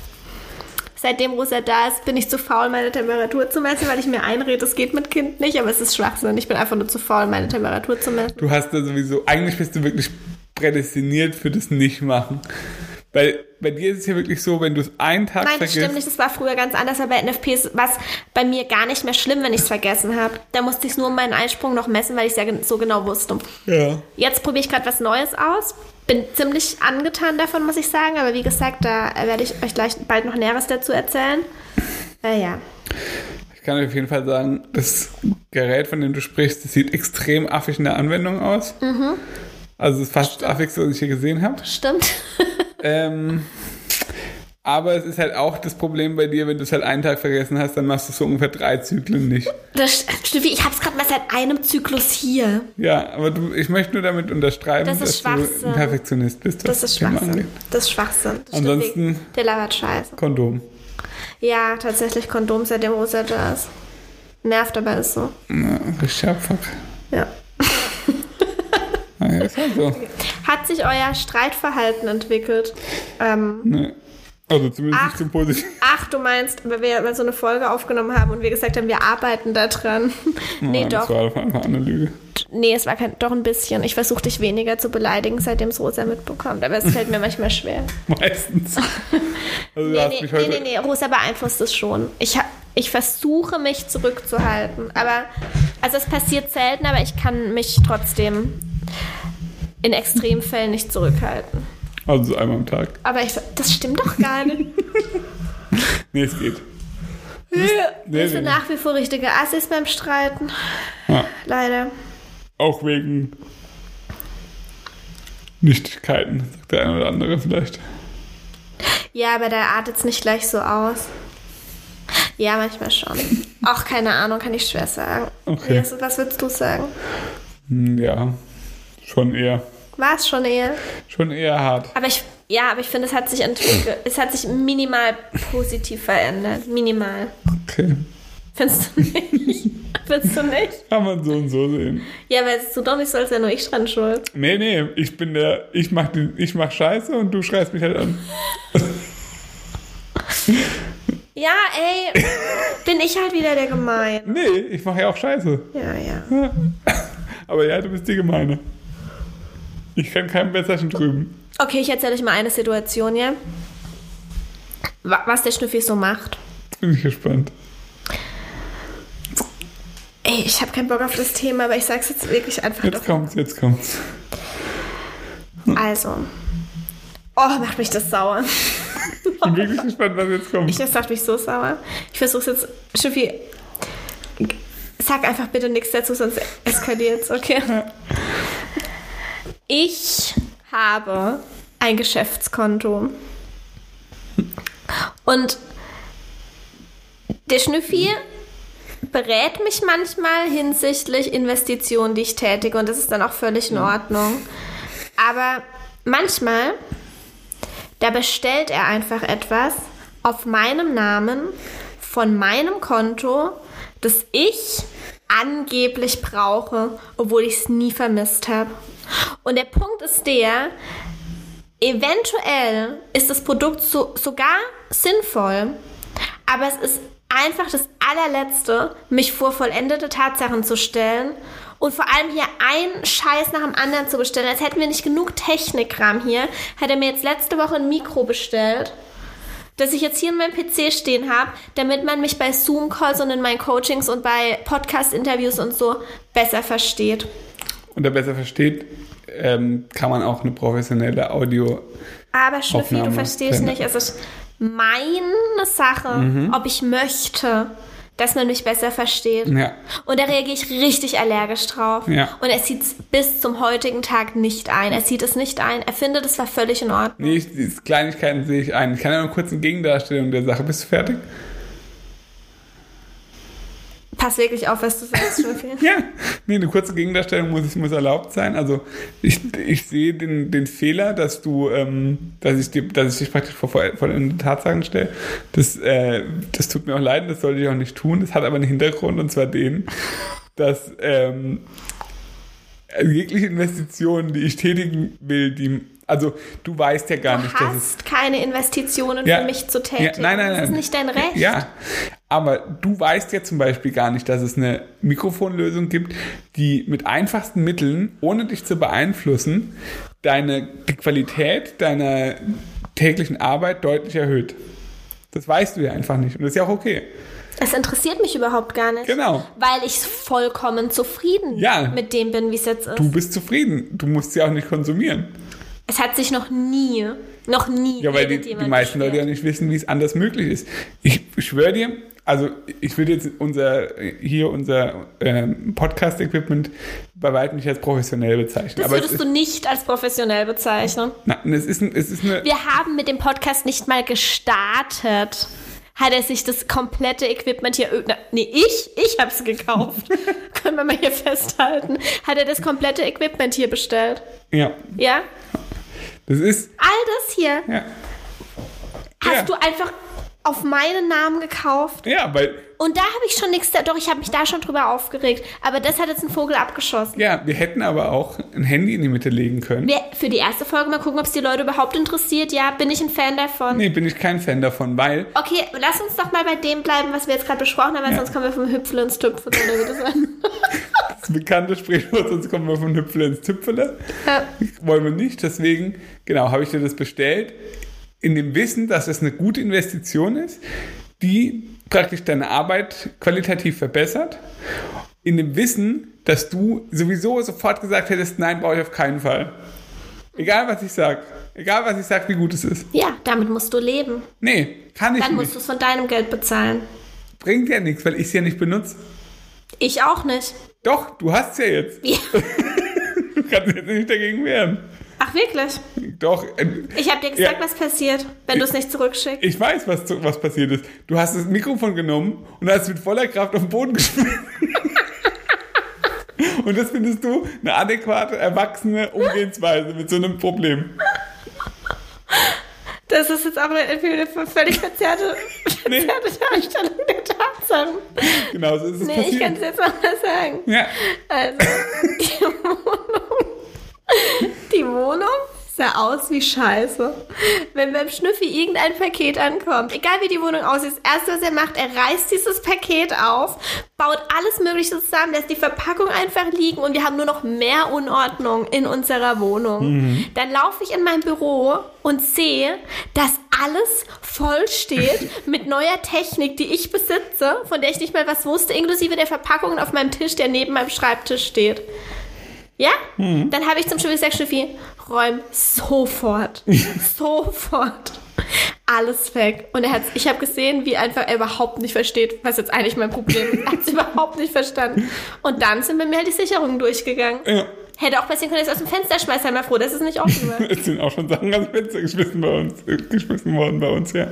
[SPEAKER 1] Seitdem Rosa da ist, bin ich zu faul, meine Temperatur zu messen, weil ich mir einrede, das geht mit Kind nicht, aber es ist Schwachsinn. Ich bin einfach nur zu faul, meine Temperatur zu messen.
[SPEAKER 2] Du hast da sowieso, eigentlich bist du wirklich prädestiniert für das Nicht-Machen. Weil bei dir ist es ja wirklich so, wenn du es einen
[SPEAKER 1] Nein,
[SPEAKER 2] Tag
[SPEAKER 1] das
[SPEAKER 2] vergisst.
[SPEAKER 1] stimmt nicht. Das war früher ganz anders, aber bei NFPs war es bei mir gar nicht mehr schlimm, wenn ich es vergessen habe. Da musste ich es nur um meinen Einsprung noch messen, weil ich es ja gen- so genau wusste.
[SPEAKER 2] Ja.
[SPEAKER 1] Jetzt probiere ich gerade was Neues aus. Bin ziemlich angetan davon, muss ich sagen. Aber wie gesagt, da werde ich euch gleich bald noch Näheres dazu erzählen. Äh, ja.
[SPEAKER 2] Ich kann auf jeden Fall sagen, das Gerät, von dem du sprichst, das sieht extrem
[SPEAKER 1] Mhm.
[SPEAKER 2] affig in der Anwendung aus. Also es ist fast das affigste, was ich hier gesehen habe.
[SPEAKER 1] Stimmt.
[SPEAKER 2] Ähm, aber es ist halt auch das Problem bei dir, wenn du es halt einen Tag vergessen hast, dann machst du so ungefähr drei Zyklen nicht.
[SPEAKER 1] Das stimmt, ich hab's gerade mal seit einem Zyklus hier.
[SPEAKER 2] Ja, aber du, ich möchte nur damit unterstreichen,
[SPEAKER 1] Das ist
[SPEAKER 2] dass du
[SPEAKER 1] Schwachsinn.
[SPEAKER 2] ein Perfektionist bist. was
[SPEAKER 1] Das ist
[SPEAKER 2] Thema
[SPEAKER 1] Schwachsinn.
[SPEAKER 2] angeht.
[SPEAKER 1] Das ist Schwachsinn. Das
[SPEAKER 2] Ansonsten-
[SPEAKER 1] stimmt nicht. Der labert Scheiße.
[SPEAKER 2] Kondom.
[SPEAKER 1] Ja, tatsächlich Kondom, seitdem Rosette ist. Nervt, aber ist so.
[SPEAKER 2] Ja, richtig abfuck.
[SPEAKER 1] Ja.
[SPEAKER 2] Naja, ist halt so.
[SPEAKER 1] Hat sich euer Streitverhalten entwickelt? Ähm,
[SPEAKER 2] Ne. Also zumindest
[SPEAKER 1] Ach.
[SPEAKER 2] nicht zum Positiven.
[SPEAKER 1] ach, du meinst, weil wir mal so eine Folge aufgenommen haben und wir gesagt haben, wir arbeiten da dran. nee,
[SPEAKER 2] Nein,
[SPEAKER 1] doch.
[SPEAKER 2] Das war einfach einfach eine Lüge.
[SPEAKER 1] Nee, es war kein, doch ein bisschen. Ich versuche dich weniger zu beleidigen, seitdem es Rosa mitbekommt. Aber es fällt mir manchmal schwer.
[SPEAKER 2] Meistens. Also du
[SPEAKER 1] Nee,
[SPEAKER 2] hast
[SPEAKER 1] nee,
[SPEAKER 2] mich
[SPEAKER 1] nee,
[SPEAKER 2] heute.
[SPEAKER 1] nee, nee, Rosa beeinflusst es schon. Ich, ha- ich versuche mich zurückzuhalten, aber also es passiert selten, aber ich kann mich trotzdem in Extremfällen nicht zurückhalten.
[SPEAKER 2] Also so einmal am Tag.
[SPEAKER 1] Aber ich, das stimmt doch gar nicht.
[SPEAKER 2] Nee, es geht.
[SPEAKER 1] Wir
[SPEAKER 2] nee,
[SPEAKER 1] sind
[SPEAKER 2] nee.
[SPEAKER 1] nach wie vor richtige Assis beim Streiten.
[SPEAKER 2] Ja.
[SPEAKER 1] Leider.
[SPEAKER 2] Auch wegen Nichtigkeiten, sagt der eine oder andere vielleicht.
[SPEAKER 1] Ja, aber da artet es nicht gleich so aus. Ja, manchmal schon. Auch keine Ahnung, kann ich schwer sagen.
[SPEAKER 2] Okay.
[SPEAKER 1] Yes, was würdest du sagen?
[SPEAKER 2] Hm, ja, schon eher.
[SPEAKER 1] War es schon eher?
[SPEAKER 2] Schon eher hart.
[SPEAKER 1] Aber ich, ja, aber ich finde, es hat sich entwickelt. es hat sich minimal positiv verändert. Minimal.
[SPEAKER 2] Okay.
[SPEAKER 1] Findest du nicht? Findest du nicht?
[SPEAKER 2] Kann man so und so sehen.
[SPEAKER 1] Ja, aber es ist so doch nicht so, als wäre nur ich dran schuld.
[SPEAKER 2] Nee, nee, ich bin der, ich mach, die, ich mach Scheiße und du schreist mich halt an.
[SPEAKER 1] Ja, ey, bin ich halt wieder der Gemein.
[SPEAKER 2] Nee, ich mach ja auch Scheiße.
[SPEAKER 1] Ja, ja.
[SPEAKER 2] Aber ja, du bist die Gemeine. Ich kann kein Besserchen drüben.
[SPEAKER 1] Okay, ich erzähle euch mal eine Situation, ja? Wa- Was der Schnüffi so macht.
[SPEAKER 2] Bin ich gespannt.
[SPEAKER 1] Ey, ich habe keinen Bock auf das Thema, aber ich sag's jetzt wirklich einfach
[SPEAKER 2] Jetzt kommt's, jetzt kommt's.
[SPEAKER 1] doch. Also. Oh, macht mich das sauer.
[SPEAKER 2] Ich bin wirklich gespannt, was jetzt
[SPEAKER 1] Ich,
[SPEAKER 2] kommt.
[SPEAKER 1] das macht mich so sauer. Ich versuch's jetzt. Schnüffi, sag einfach bitte nichts dazu, sonst eskaliert's, okay? Ich habe ein Geschäftskonto. Und der Schnüffi berät mich manchmal hinsichtlich Investitionen, die ich tätige. Und das ist dann auch völlig in Ordnung. Aber manchmal, da bestellt er einfach etwas auf meinem Namen, von meinem Konto, das ich angeblich brauche, obwohl ich es nie vermisst habe. Und der Punkt ist der, eventuell ist das Produkt so, sogar sinnvoll, aber es ist einfach das allerletzte, mich vor vollendete Tatsachen zu stellen und vor allem hier einen Scheiß nach dem anderen zu bestellen. Als hätten wir nicht genug Technikkram hier, hat er mir jetzt letzte Woche ein Mikro bestellt. Dass ich jetzt hier in meinem PC stehen habe, damit man mich bei Zoom-Calls und in meinen Coachings und bei Podcast-Interviews und so besser versteht.
[SPEAKER 2] Und der besser versteht, ähm, kann man auch eine professionelle Audio.
[SPEAKER 1] Aber Schnüffi, du
[SPEAKER 2] Aufnahme.
[SPEAKER 1] verstehst
[SPEAKER 2] Keine-
[SPEAKER 1] nicht, es ist meine Sache,
[SPEAKER 2] Mhm.
[SPEAKER 1] ob ich möchte, dass man mich besser versteht.
[SPEAKER 2] Ja.
[SPEAKER 1] Und da reagiere ich richtig allergisch drauf.
[SPEAKER 2] Ja.
[SPEAKER 1] Und er sieht es bis zum heutigen Tag nicht ein. Er sieht es nicht ein. Er findet, es war völlig in Ordnung.
[SPEAKER 2] Nee, ich, diese Kleinigkeiten sehe ich ein. Ich kann ja nur kurz eine Gegendarstellung der Sache. Bist du fertig?
[SPEAKER 1] Pass wirklich auf, was du sagst, Schnüffi.
[SPEAKER 2] Ja, nee, eine kurze Gegendarstellung muss, ich- muss erlaubt sein. Also ich, ich sehe den, den Fehler, dass du, ähm, dass ich dir, dass ich dich praktisch vor vor- vollendete Tatsachen stelle. Das, äh, das tut mir auch leid, das sollte ich auch nicht tun. Das hat aber einen Hintergrund und zwar den, dass ähm, jegliche Investitionen, die ich tätigen will, die also du weißt ja gar
[SPEAKER 1] Du
[SPEAKER 2] nicht, dass es
[SPEAKER 1] hast keine Investitionen für mich zu tätigen.
[SPEAKER 2] ja, nein, nein, nein.
[SPEAKER 1] Das ist nicht dein Recht.
[SPEAKER 2] Ja, aber du weißt ja zum Beispiel gar nicht, dass es eine Mikrofonlösung gibt, die mit einfachsten Mitteln, ohne dich zu beeinflussen, deine die Qualität deiner täglichen Arbeit deutlich erhöht. Das weißt du ja einfach nicht. Und das ist ja auch okay.
[SPEAKER 1] Es interessiert mich überhaupt gar nicht.
[SPEAKER 2] Genau.
[SPEAKER 1] Weil ich vollkommen zufrieden
[SPEAKER 2] Ja.
[SPEAKER 1] mit dem bin, wie es jetzt ist.
[SPEAKER 2] Du bist zufrieden. Du musst sie auch nicht konsumieren.
[SPEAKER 1] Es hat sich noch nie, noch nie
[SPEAKER 2] Ja, weil die, die
[SPEAKER 1] irgendjemand
[SPEAKER 2] meisten Leute ja
[SPEAKER 1] beschwert.
[SPEAKER 2] nicht wissen, wie es anders möglich ist. Ich schwöre dir, also ich will jetzt unser hier unser ähm, Podcast-Equipment bei weitem nicht als professionell bezeichnen.
[SPEAKER 1] Das
[SPEAKER 2] aber
[SPEAKER 1] würdest
[SPEAKER 2] es
[SPEAKER 1] du
[SPEAKER 2] ist,
[SPEAKER 1] nicht als professionell bezeichnen.
[SPEAKER 2] nein, es ist, ein- es ist eine.
[SPEAKER 1] Wir haben mit dem Podcast nicht mal gestartet. Hat er sich das komplette Equipment hier. Na, nee, ich? Ich hab's gekauft. Können wir mal hier festhalten. Hat er das komplette Equipment hier bestellt?
[SPEAKER 2] Ja,
[SPEAKER 1] Ja?
[SPEAKER 2] das ist.
[SPEAKER 1] All das hier
[SPEAKER 2] Ja,
[SPEAKER 1] hast
[SPEAKER 2] Ja.
[SPEAKER 1] du einfach auf meinen Namen gekauft.
[SPEAKER 2] ja weil
[SPEAKER 1] Und da habe ich schon nichts. da- Doch, ich habe mich da schon drüber aufgeregt. Aber das hat jetzt ein Vogel abgeschossen.
[SPEAKER 2] ja, wir hätten aber auch ein Handy in die Mitte legen können.
[SPEAKER 1] Wir für die erste Folge mal gucken, ob es die Leute überhaupt interessiert. Ja, bin ich ein Fan davon.
[SPEAKER 2] Nee, bin ich kein Fan davon, weil
[SPEAKER 1] Okay, lass uns doch mal bei dem bleiben, was wir jetzt gerade besprochen haben, weil
[SPEAKER 2] Ja.
[SPEAKER 1] sonst kommen wir vom Hüpfle ins Tüpfle oder wie das heißt.
[SPEAKER 2] das bekannte Sprichwort, sonst kommen wir von Hüpfle ins Tüpfele.
[SPEAKER 1] Ja.
[SPEAKER 2] Wollen wir nicht, deswegen, genau, habe ich dir das bestellt, in dem Wissen, dass es eine gute Investition ist, die praktisch deine Arbeit qualitativ verbessert, in dem Wissen, dass du sowieso sofort gesagt hättest, nein, brauche ich auf keinen Fall. Egal, was ich sage. Egal, was ich sage, wie gut es ist.
[SPEAKER 1] ja, damit musst du leben.
[SPEAKER 2] Nee, kann ich
[SPEAKER 1] Dann musst
[SPEAKER 2] nicht.
[SPEAKER 1] du es von deinem Geld bezahlen.
[SPEAKER 2] Bringt ja nichts, weil ich es ja nicht benutze.
[SPEAKER 1] Ich auch nicht.
[SPEAKER 2] Doch, du hast es ja jetzt.
[SPEAKER 1] Ja.
[SPEAKER 2] Du kannst jetzt nicht dagegen wehren.
[SPEAKER 1] Ach wirklich?
[SPEAKER 2] Doch, äh,
[SPEAKER 1] Ich habe dir gesagt,
[SPEAKER 2] Ja.
[SPEAKER 1] was passiert, wenn du es nicht zurückschickst.
[SPEAKER 2] ich weiß, was, zu- was passiert ist. Du hast das Mikrofon genommen und hast mit voller Kraft auf den Boden gespielt. und das findest du eine adäquate, erwachsene Umgehensweise mit so einem Problem.
[SPEAKER 1] Das ist jetzt aber irgendwie eine völlig verzerrte,
[SPEAKER 2] Nee.
[SPEAKER 1] verzerrte Darstellung der Tatsachen.
[SPEAKER 2] Genau so ist es
[SPEAKER 1] Nee, ich kann es
[SPEAKER 2] passiert.
[SPEAKER 1] jetzt anders sagen.
[SPEAKER 2] Ja,
[SPEAKER 1] Also, die Wohnung, die Wohnung sah aus wie Scheiße. Wenn beim Schnüffi irgendein Paket ankommt, egal wie die Wohnung aussieht, das erste, was er macht, er reißt dieses Paket auf, baut alles Mögliche zusammen, lässt die Verpackung einfach liegen und wir haben nur noch mehr Unordnung in unserer Wohnung. Dann laufe ich in mein Büro und sehe, dass alles voll steht mit neuer Technik, die ich besitze, von der ich nicht mal was wusste, inklusive der Verpackungen auf meinem Tisch, der neben meinem Schreibtisch steht. Ja?
[SPEAKER 2] Mhm.
[SPEAKER 1] Dann habe ich zum Schnüffi gesagt, Schnüffi, räum sofort, sofort alles weg. Und er hat's, ich habe gesehen, wie einfach er überhaupt nicht versteht, was jetzt eigentlich mein Problem ist. Er hat es überhaupt nicht verstanden. Und dann sind bei mir halt die Sicherungen durchgegangen.
[SPEAKER 2] ja.
[SPEAKER 1] Hätte auch passieren können, dass ich es aus dem Fenster schmeißt. Sei mal froh, dass es nicht offen war.
[SPEAKER 2] Es sind auch schon Sachen ganz Fenster geschmissen bei uns, äh, geschmissen worden bei uns, ja.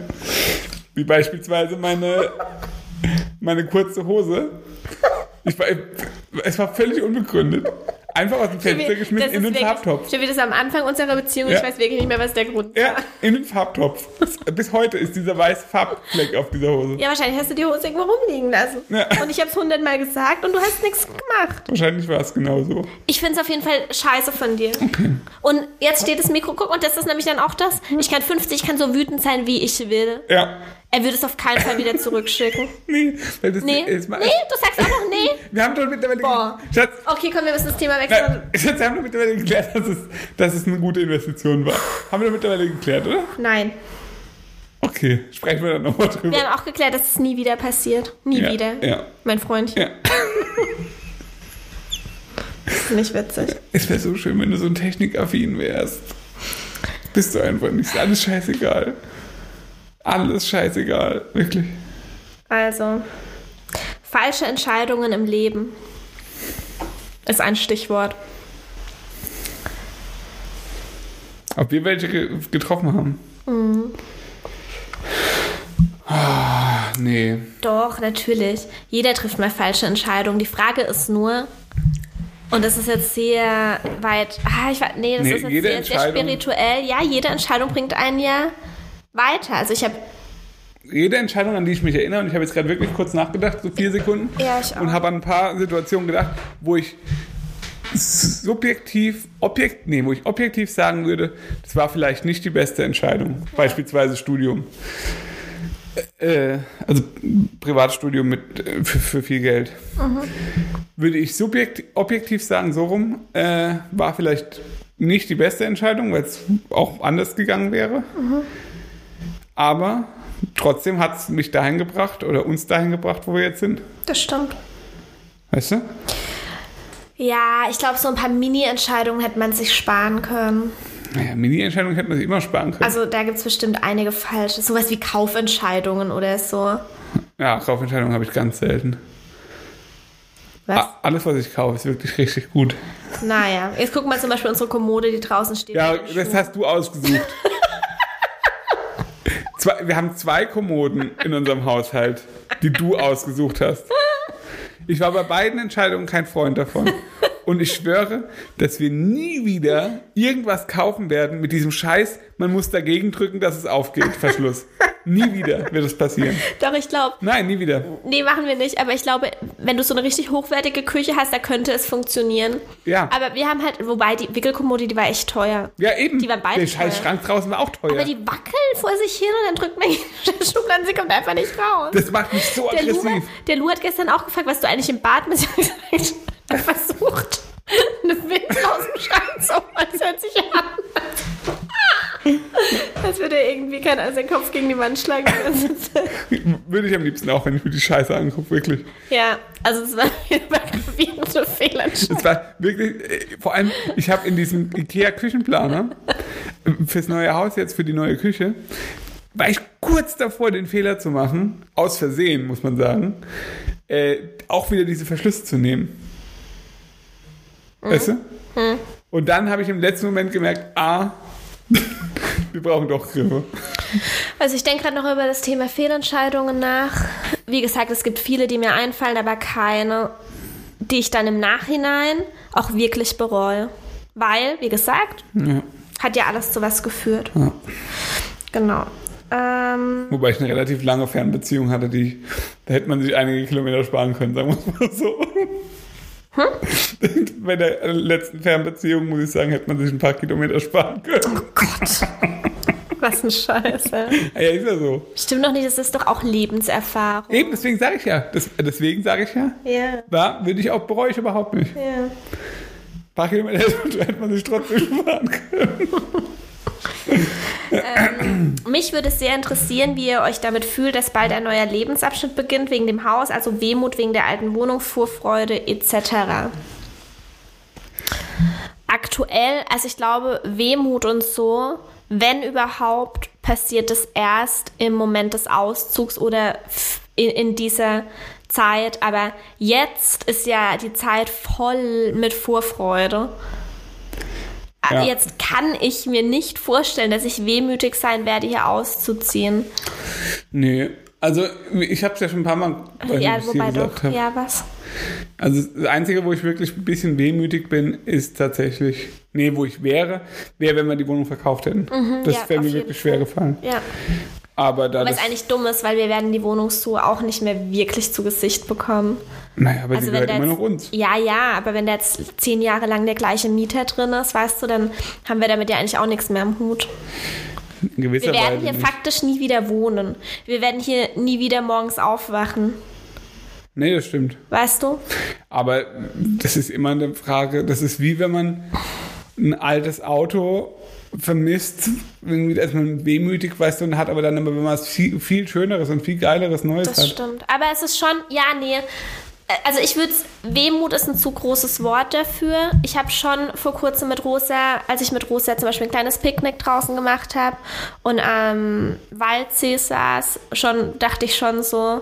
[SPEAKER 2] Wie beispielsweise meine, meine kurze Hose. Ich war, es war völlig unbegründet. Einfach aus dem Fenster geschmissen in den Farbtopf.
[SPEAKER 1] Schon wieder das am Anfang unserer Beziehung. Ich
[SPEAKER 2] Ja.
[SPEAKER 1] weiß wirklich nicht mehr, was der Grund
[SPEAKER 2] Ja,
[SPEAKER 1] war.
[SPEAKER 2] in den Farbtopf. Bis heute ist dieser weiße Farbfleck auf dieser Hose.
[SPEAKER 1] Ja, wahrscheinlich hast du die Hose irgendwo rumliegen lassen.
[SPEAKER 2] Ja.
[SPEAKER 1] Und ich habe es hundertmal gesagt und du hast nichts gemacht.
[SPEAKER 2] Wahrscheinlich war es genauso.
[SPEAKER 1] Ich finde es auf jeden Fall scheiße von dir. Und jetzt steht das Mikro, guck, und das ist nämlich dann auch das.
[SPEAKER 2] Mhm.
[SPEAKER 1] Ich kann 50, ich kann so wütend sein, wie ich will.
[SPEAKER 2] Ja.
[SPEAKER 1] Er würde es auf keinen Fall wieder zurückschicken.
[SPEAKER 2] Nee, weil das
[SPEAKER 1] Nee, nee,
[SPEAKER 2] es war-
[SPEAKER 1] du sagst auch noch nee.
[SPEAKER 2] Wir haben doch mittlerweile.
[SPEAKER 1] Boah.
[SPEAKER 2] Schatz,
[SPEAKER 1] Okay, komm, wir müssen das Thema wechseln.
[SPEAKER 2] nein, Schatz, wir haben doch mittlerweile geklärt, dass es, dass es eine gute Investition war. Haben wir doch mittlerweile geklärt, oder?
[SPEAKER 1] Nein.
[SPEAKER 2] Okay, sprechen wir dann nochmal drüber.
[SPEAKER 1] Wir haben auch geklärt, dass es nie wieder passiert. Nie
[SPEAKER 2] Ja,
[SPEAKER 1] wieder.
[SPEAKER 2] ja.
[SPEAKER 1] Mein Freund.
[SPEAKER 2] Ja.
[SPEAKER 1] Das ist nicht witzig.
[SPEAKER 2] Es wäre so schön, wenn du so ein Technikaffin wärst. Bist du einfach nicht. Ist alles scheißegal. Alles scheißegal, wirklich.
[SPEAKER 1] Also, falsche Entscheidungen im Leben ist ein Stichwort.
[SPEAKER 2] Ob wir welche ge getroffen haben? Ah, nee.
[SPEAKER 1] Doch, natürlich. Jeder trifft mal falsche Entscheidungen. Die Frage ist nur, und das ist jetzt sehr weit. Ah, ich weiß, nee, das
[SPEAKER 2] Nee,
[SPEAKER 1] ist
[SPEAKER 2] jede
[SPEAKER 1] jetzt sehr, sehr
[SPEAKER 2] Entscheidung-
[SPEAKER 1] spirituell. Ja, jede Entscheidung bringt einen ja weiter. Also ich habe
[SPEAKER 2] Jede Entscheidung, an die ich mich erinnere, und ich habe jetzt gerade wirklich kurz nachgedacht, so vier Sekunden,
[SPEAKER 1] Ja, ich auch.
[SPEAKER 2] und habe an ein paar Situationen gedacht, wo ich subjektiv, objekt, nee, wo ich objektiv sagen würde, das war vielleicht nicht die beste Entscheidung. Beispielsweise Studium. Äh, also Privatstudium mit, äh, für, für viel Geld.
[SPEAKER 1] Mhm.
[SPEAKER 2] Würde ich subjekt, objektiv sagen, so rum, äh, war vielleicht nicht die beste Entscheidung, weil es auch anders gegangen wäre. Aber trotzdem hat es mich dahin gebracht oder uns dahin gebracht, wo wir jetzt sind.
[SPEAKER 1] das stimmt.
[SPEAKER 2] Weißt du?
[SPEAKER 1] Ja, ich glaube, so ein paar Mini-Entscheidungen hätte man sich sparen können.
[SPEAKER 2] Naja, Mini-Entscheidungen hätten wir sich immer sparen können.
[SPEAKER 1] Also da gibt es bestimmt einige falsche, sowas wie Kaufentscheidungen oder so.
[SPEAKER 2] Ja, Kaufentscheidungen habe ich ganz selten.
[SPEAKER 1] Was?
[SPEAKER 2] A- Alles, was ich kaufe, ist wirklich richtig gut.
[SPEAKER 1] Naja, jetzt guck mal zum Beispiel unsere Kommode, die draußen steht.
[SPEAKER 2] Ja,
[SPEAKER 1] Mit den
[SPEAKER 2] das hast du ausgesucht. zwei, wir haben zwei Kommoden in unserem Haushalt, die du ausgesucht hast. Ich war bei beiden Entscheidungen kein Freund davon. Und ich schwöre, dass wir nie wieder irgendwas kaufen werden mit diesem Scheiß. Man muss dagegen drücken, dass es aufgeht. Verschluss. Nie wieder wird es passieren.
[SPEAKER 1] Schuhen. Doch, ich glaube,
[SPEAKER 2] Nein, nie wieder.
[SPEAKER 1] nee, machen wir nicht. Aber ich glaube, wenn du so eine richtig hochwertige Küche hast, da könnte es funktionieren.
[SPEAKER 2] Ja.
[SPEAKER 1] Aber wir haben halt, wobei die Wickelkommode, die war echt teuer.
[SPEAKER 2] Ja, eben.
[SPEAKER 1] Die waren beide
[SPEAKER 2] Der scheiß
[SPEAKER 1] teuer.
[SPEAKER 2] Schrank draußen war auch teuer.
[SPEAKER 1] Aber die wackeln vor sich hin und dann drückt man die Schublade und sie kommt einfach nicht raus.
[SPEAKER 2] das macht mich so
[SPEAKER 1] der, Lou,
[SPEAKER 2] aggressiv.
[SPEAKER 1] der Lou hat gestern auch gefragt, was du eigentlich im Bad mit Er versucht, eine Windel aus dem Schrank zu holen. Das hört sich an. Als würde er irgendwie keinen also den Kopf gegen die Wand schlagen.
[SPEAKER 2] Würde ich am liebsten auch, wenn ich mir die Scheiße angucke, wirklich.
[SPEAKER 1] ja, also es war eine gravierende Fehlentscheidung.
[SPEAKER 2] Es war wirklich, äh, vor allem, ich habe in diesem IKEA-Küchenplaner äh, fürs neue Haus jetzt, für die neue Küche, war ich kurz davor, den Fehler zu machen, aus Versehen, muss man sagen, äh, auch wieder diese Verschlüsse zu nehmen. Weißt du? Und dann habe ich im letzten Moment gemerkt, ah, wir brauchen doch Griffe.
[SPEAKER 1] Also ich denke gerade noch über das Thema Fehlentscheidungen nach. Wie gesagt, es gibt viele, die mir einfallen, aber keine, die ich dann im Nachhinein auch wirklich bereue. Weil, wie gesagt,
[SPEAKER 2] Ja.
[SPEAKER 1] hat ja alles zu was geführt.
[SPEAKER 2] Ja.
[SPEAKER 1] Genau. Ähm,
[SPEAKER 2] Wobei ich eine relativ lange Fernbeziehung hatte, die da hätte man sich einige Kilometer sparen können, sagen wir mal so.
[SPEAKER 1] Hm?
[SPEAKER 2] Bei der letzten Fernbeziehung, muss ich sagen, hätte man sich ein paar Kilometer sparen können.
[SPEAKER 1] Gott. Was ein Scheiß, ey.
[SPEAKER 2] Ah Ja, ist ja so.
[SPEAKER 1] Stimmt doch nicht, das ist doch auch Lebenserfahrung.
[SPEAKER 2] Eben, deswegen sage ich ja. Das, äh, deswegen sage ich ja.
[SPEAKER 1] Ja,
[SPEAKER 2] Da würde ich auch bereue ich überhaupt nicht. Ein
[SPEAKER 1] ja.
[SPEAKER 2] paar Kilometer hätte man sich trotzdem sparen können.
[SPEAKER 1] Mich würde es sehr interessieren, wie ihr euch damit fühlt, dass bald ein neuer Lebensabschnitt beginnt wegen dem Haus, also Wehmut wegen der alten Wohnung, Vorfreude etc. Aktuell, also ich glaube, Wehmut und so, wenn überhaupt, passiert es erst im Moment des Auszugs oder f- in, in dieser Zeit. Aber jetzt ist ja die Zeit voll mit Vorfreude. Also
[SPEAKER 2] Ja.
[SPEAKER 1] Jetzt kann ich mir nicht vorstellen, dass ich wehmütig sein werde, hier auszuziehen.
[SPEAKER 2] Nee. Also, ich habe es ja schon ein paar Mal weiß nicht, ob
[SPEAKER 1] ja,
[SPEAKER 2] ich's hier
[SPEAKER 1] wobei
[SPEAKER 2] gesagt
[SPEAKER 1] doch.
[SPEAKER 2] habe.
[SPEAKER 1] Ja, was?
[SPEAKER 2] Also das Einzige, wo ich wirklich ein bisschen wehmütig bin, ist tatsächlich, nee, wo ich wäre, wäre, wenn wir die Wohnung verkauft hätten. das
[SPEAKER 1] Mhm, ja,
[SPEAKER 2] wäre
[SPEAKER 1] auf
[SPEAKER 2] mir
[SPEAKER 1] jeden
[SPEAKER 2] wirklich schwer gefallen.
[SPEAKER 1] Ja.
[SPEAKER 2] Aber da
[SPEAKER 1] Was
[SPEAKER 2] das,
[SPEAKER 1] eigentlich dumm ist, weil wir werden die Wohnungstour auch nicht mehr wirklich zu Gesicht bekommen.
[SPEAKER 2] naja, aber
[SPEAKER 1] Also
[SPEAKER 2] sie
[SPEAKER 1] wenn
[SPEAKER 2] gehört
[SPEAKER 1] da
[SPEAKER 2] immer
[SPEAKER 1] jetzt-
[SPEAKER 2] noch uns.
[SPEAKER 1] Ja, ja, aber wenn da jetzt zehn Jahre lang der gleiche Mieter drin ist, weißt du, dann haben wir damit ja eigentlich auch nichts mehr am Hut.
[SPEAKER 2] In gewisser
[SPEAKER 1] Wir werden
[SPEAKER 2] Weise
[SPEAKER 1] hier
[SPEAKER 2] nicht.
[SPEAKER 1] faktisch nie wieder wohnen. Wir werden hier nie wieder morgens aufwachen.
[SPEAKER 2] Nee, das stimmt.
[SPEAKER 1] Weißt du?
[SPEAKER 2] Aber das ist immer eine Frage, das ist wie wenn man ein altes Auto vermisst, irgendwie, dass man wehmütig, weißt du, und hat aber dann immer, wenn man was viel, viel Schöneres und viel Geileres Neues
[SPEAKER 1] Das
[SPEAKER 2] hat.
[SPEAKER 1] stimmt. Aber es ist schon, ja, nee. Äh, Also ich würde Wehmut ist ein zu großes Wort dafür. Ich habe schon vor kurzem mit Rosa, als ich mit Rosa zum Beispiel ein kleines Picknick draußen gemacht habe und am Waldsee saß, schon dachte ich schon so,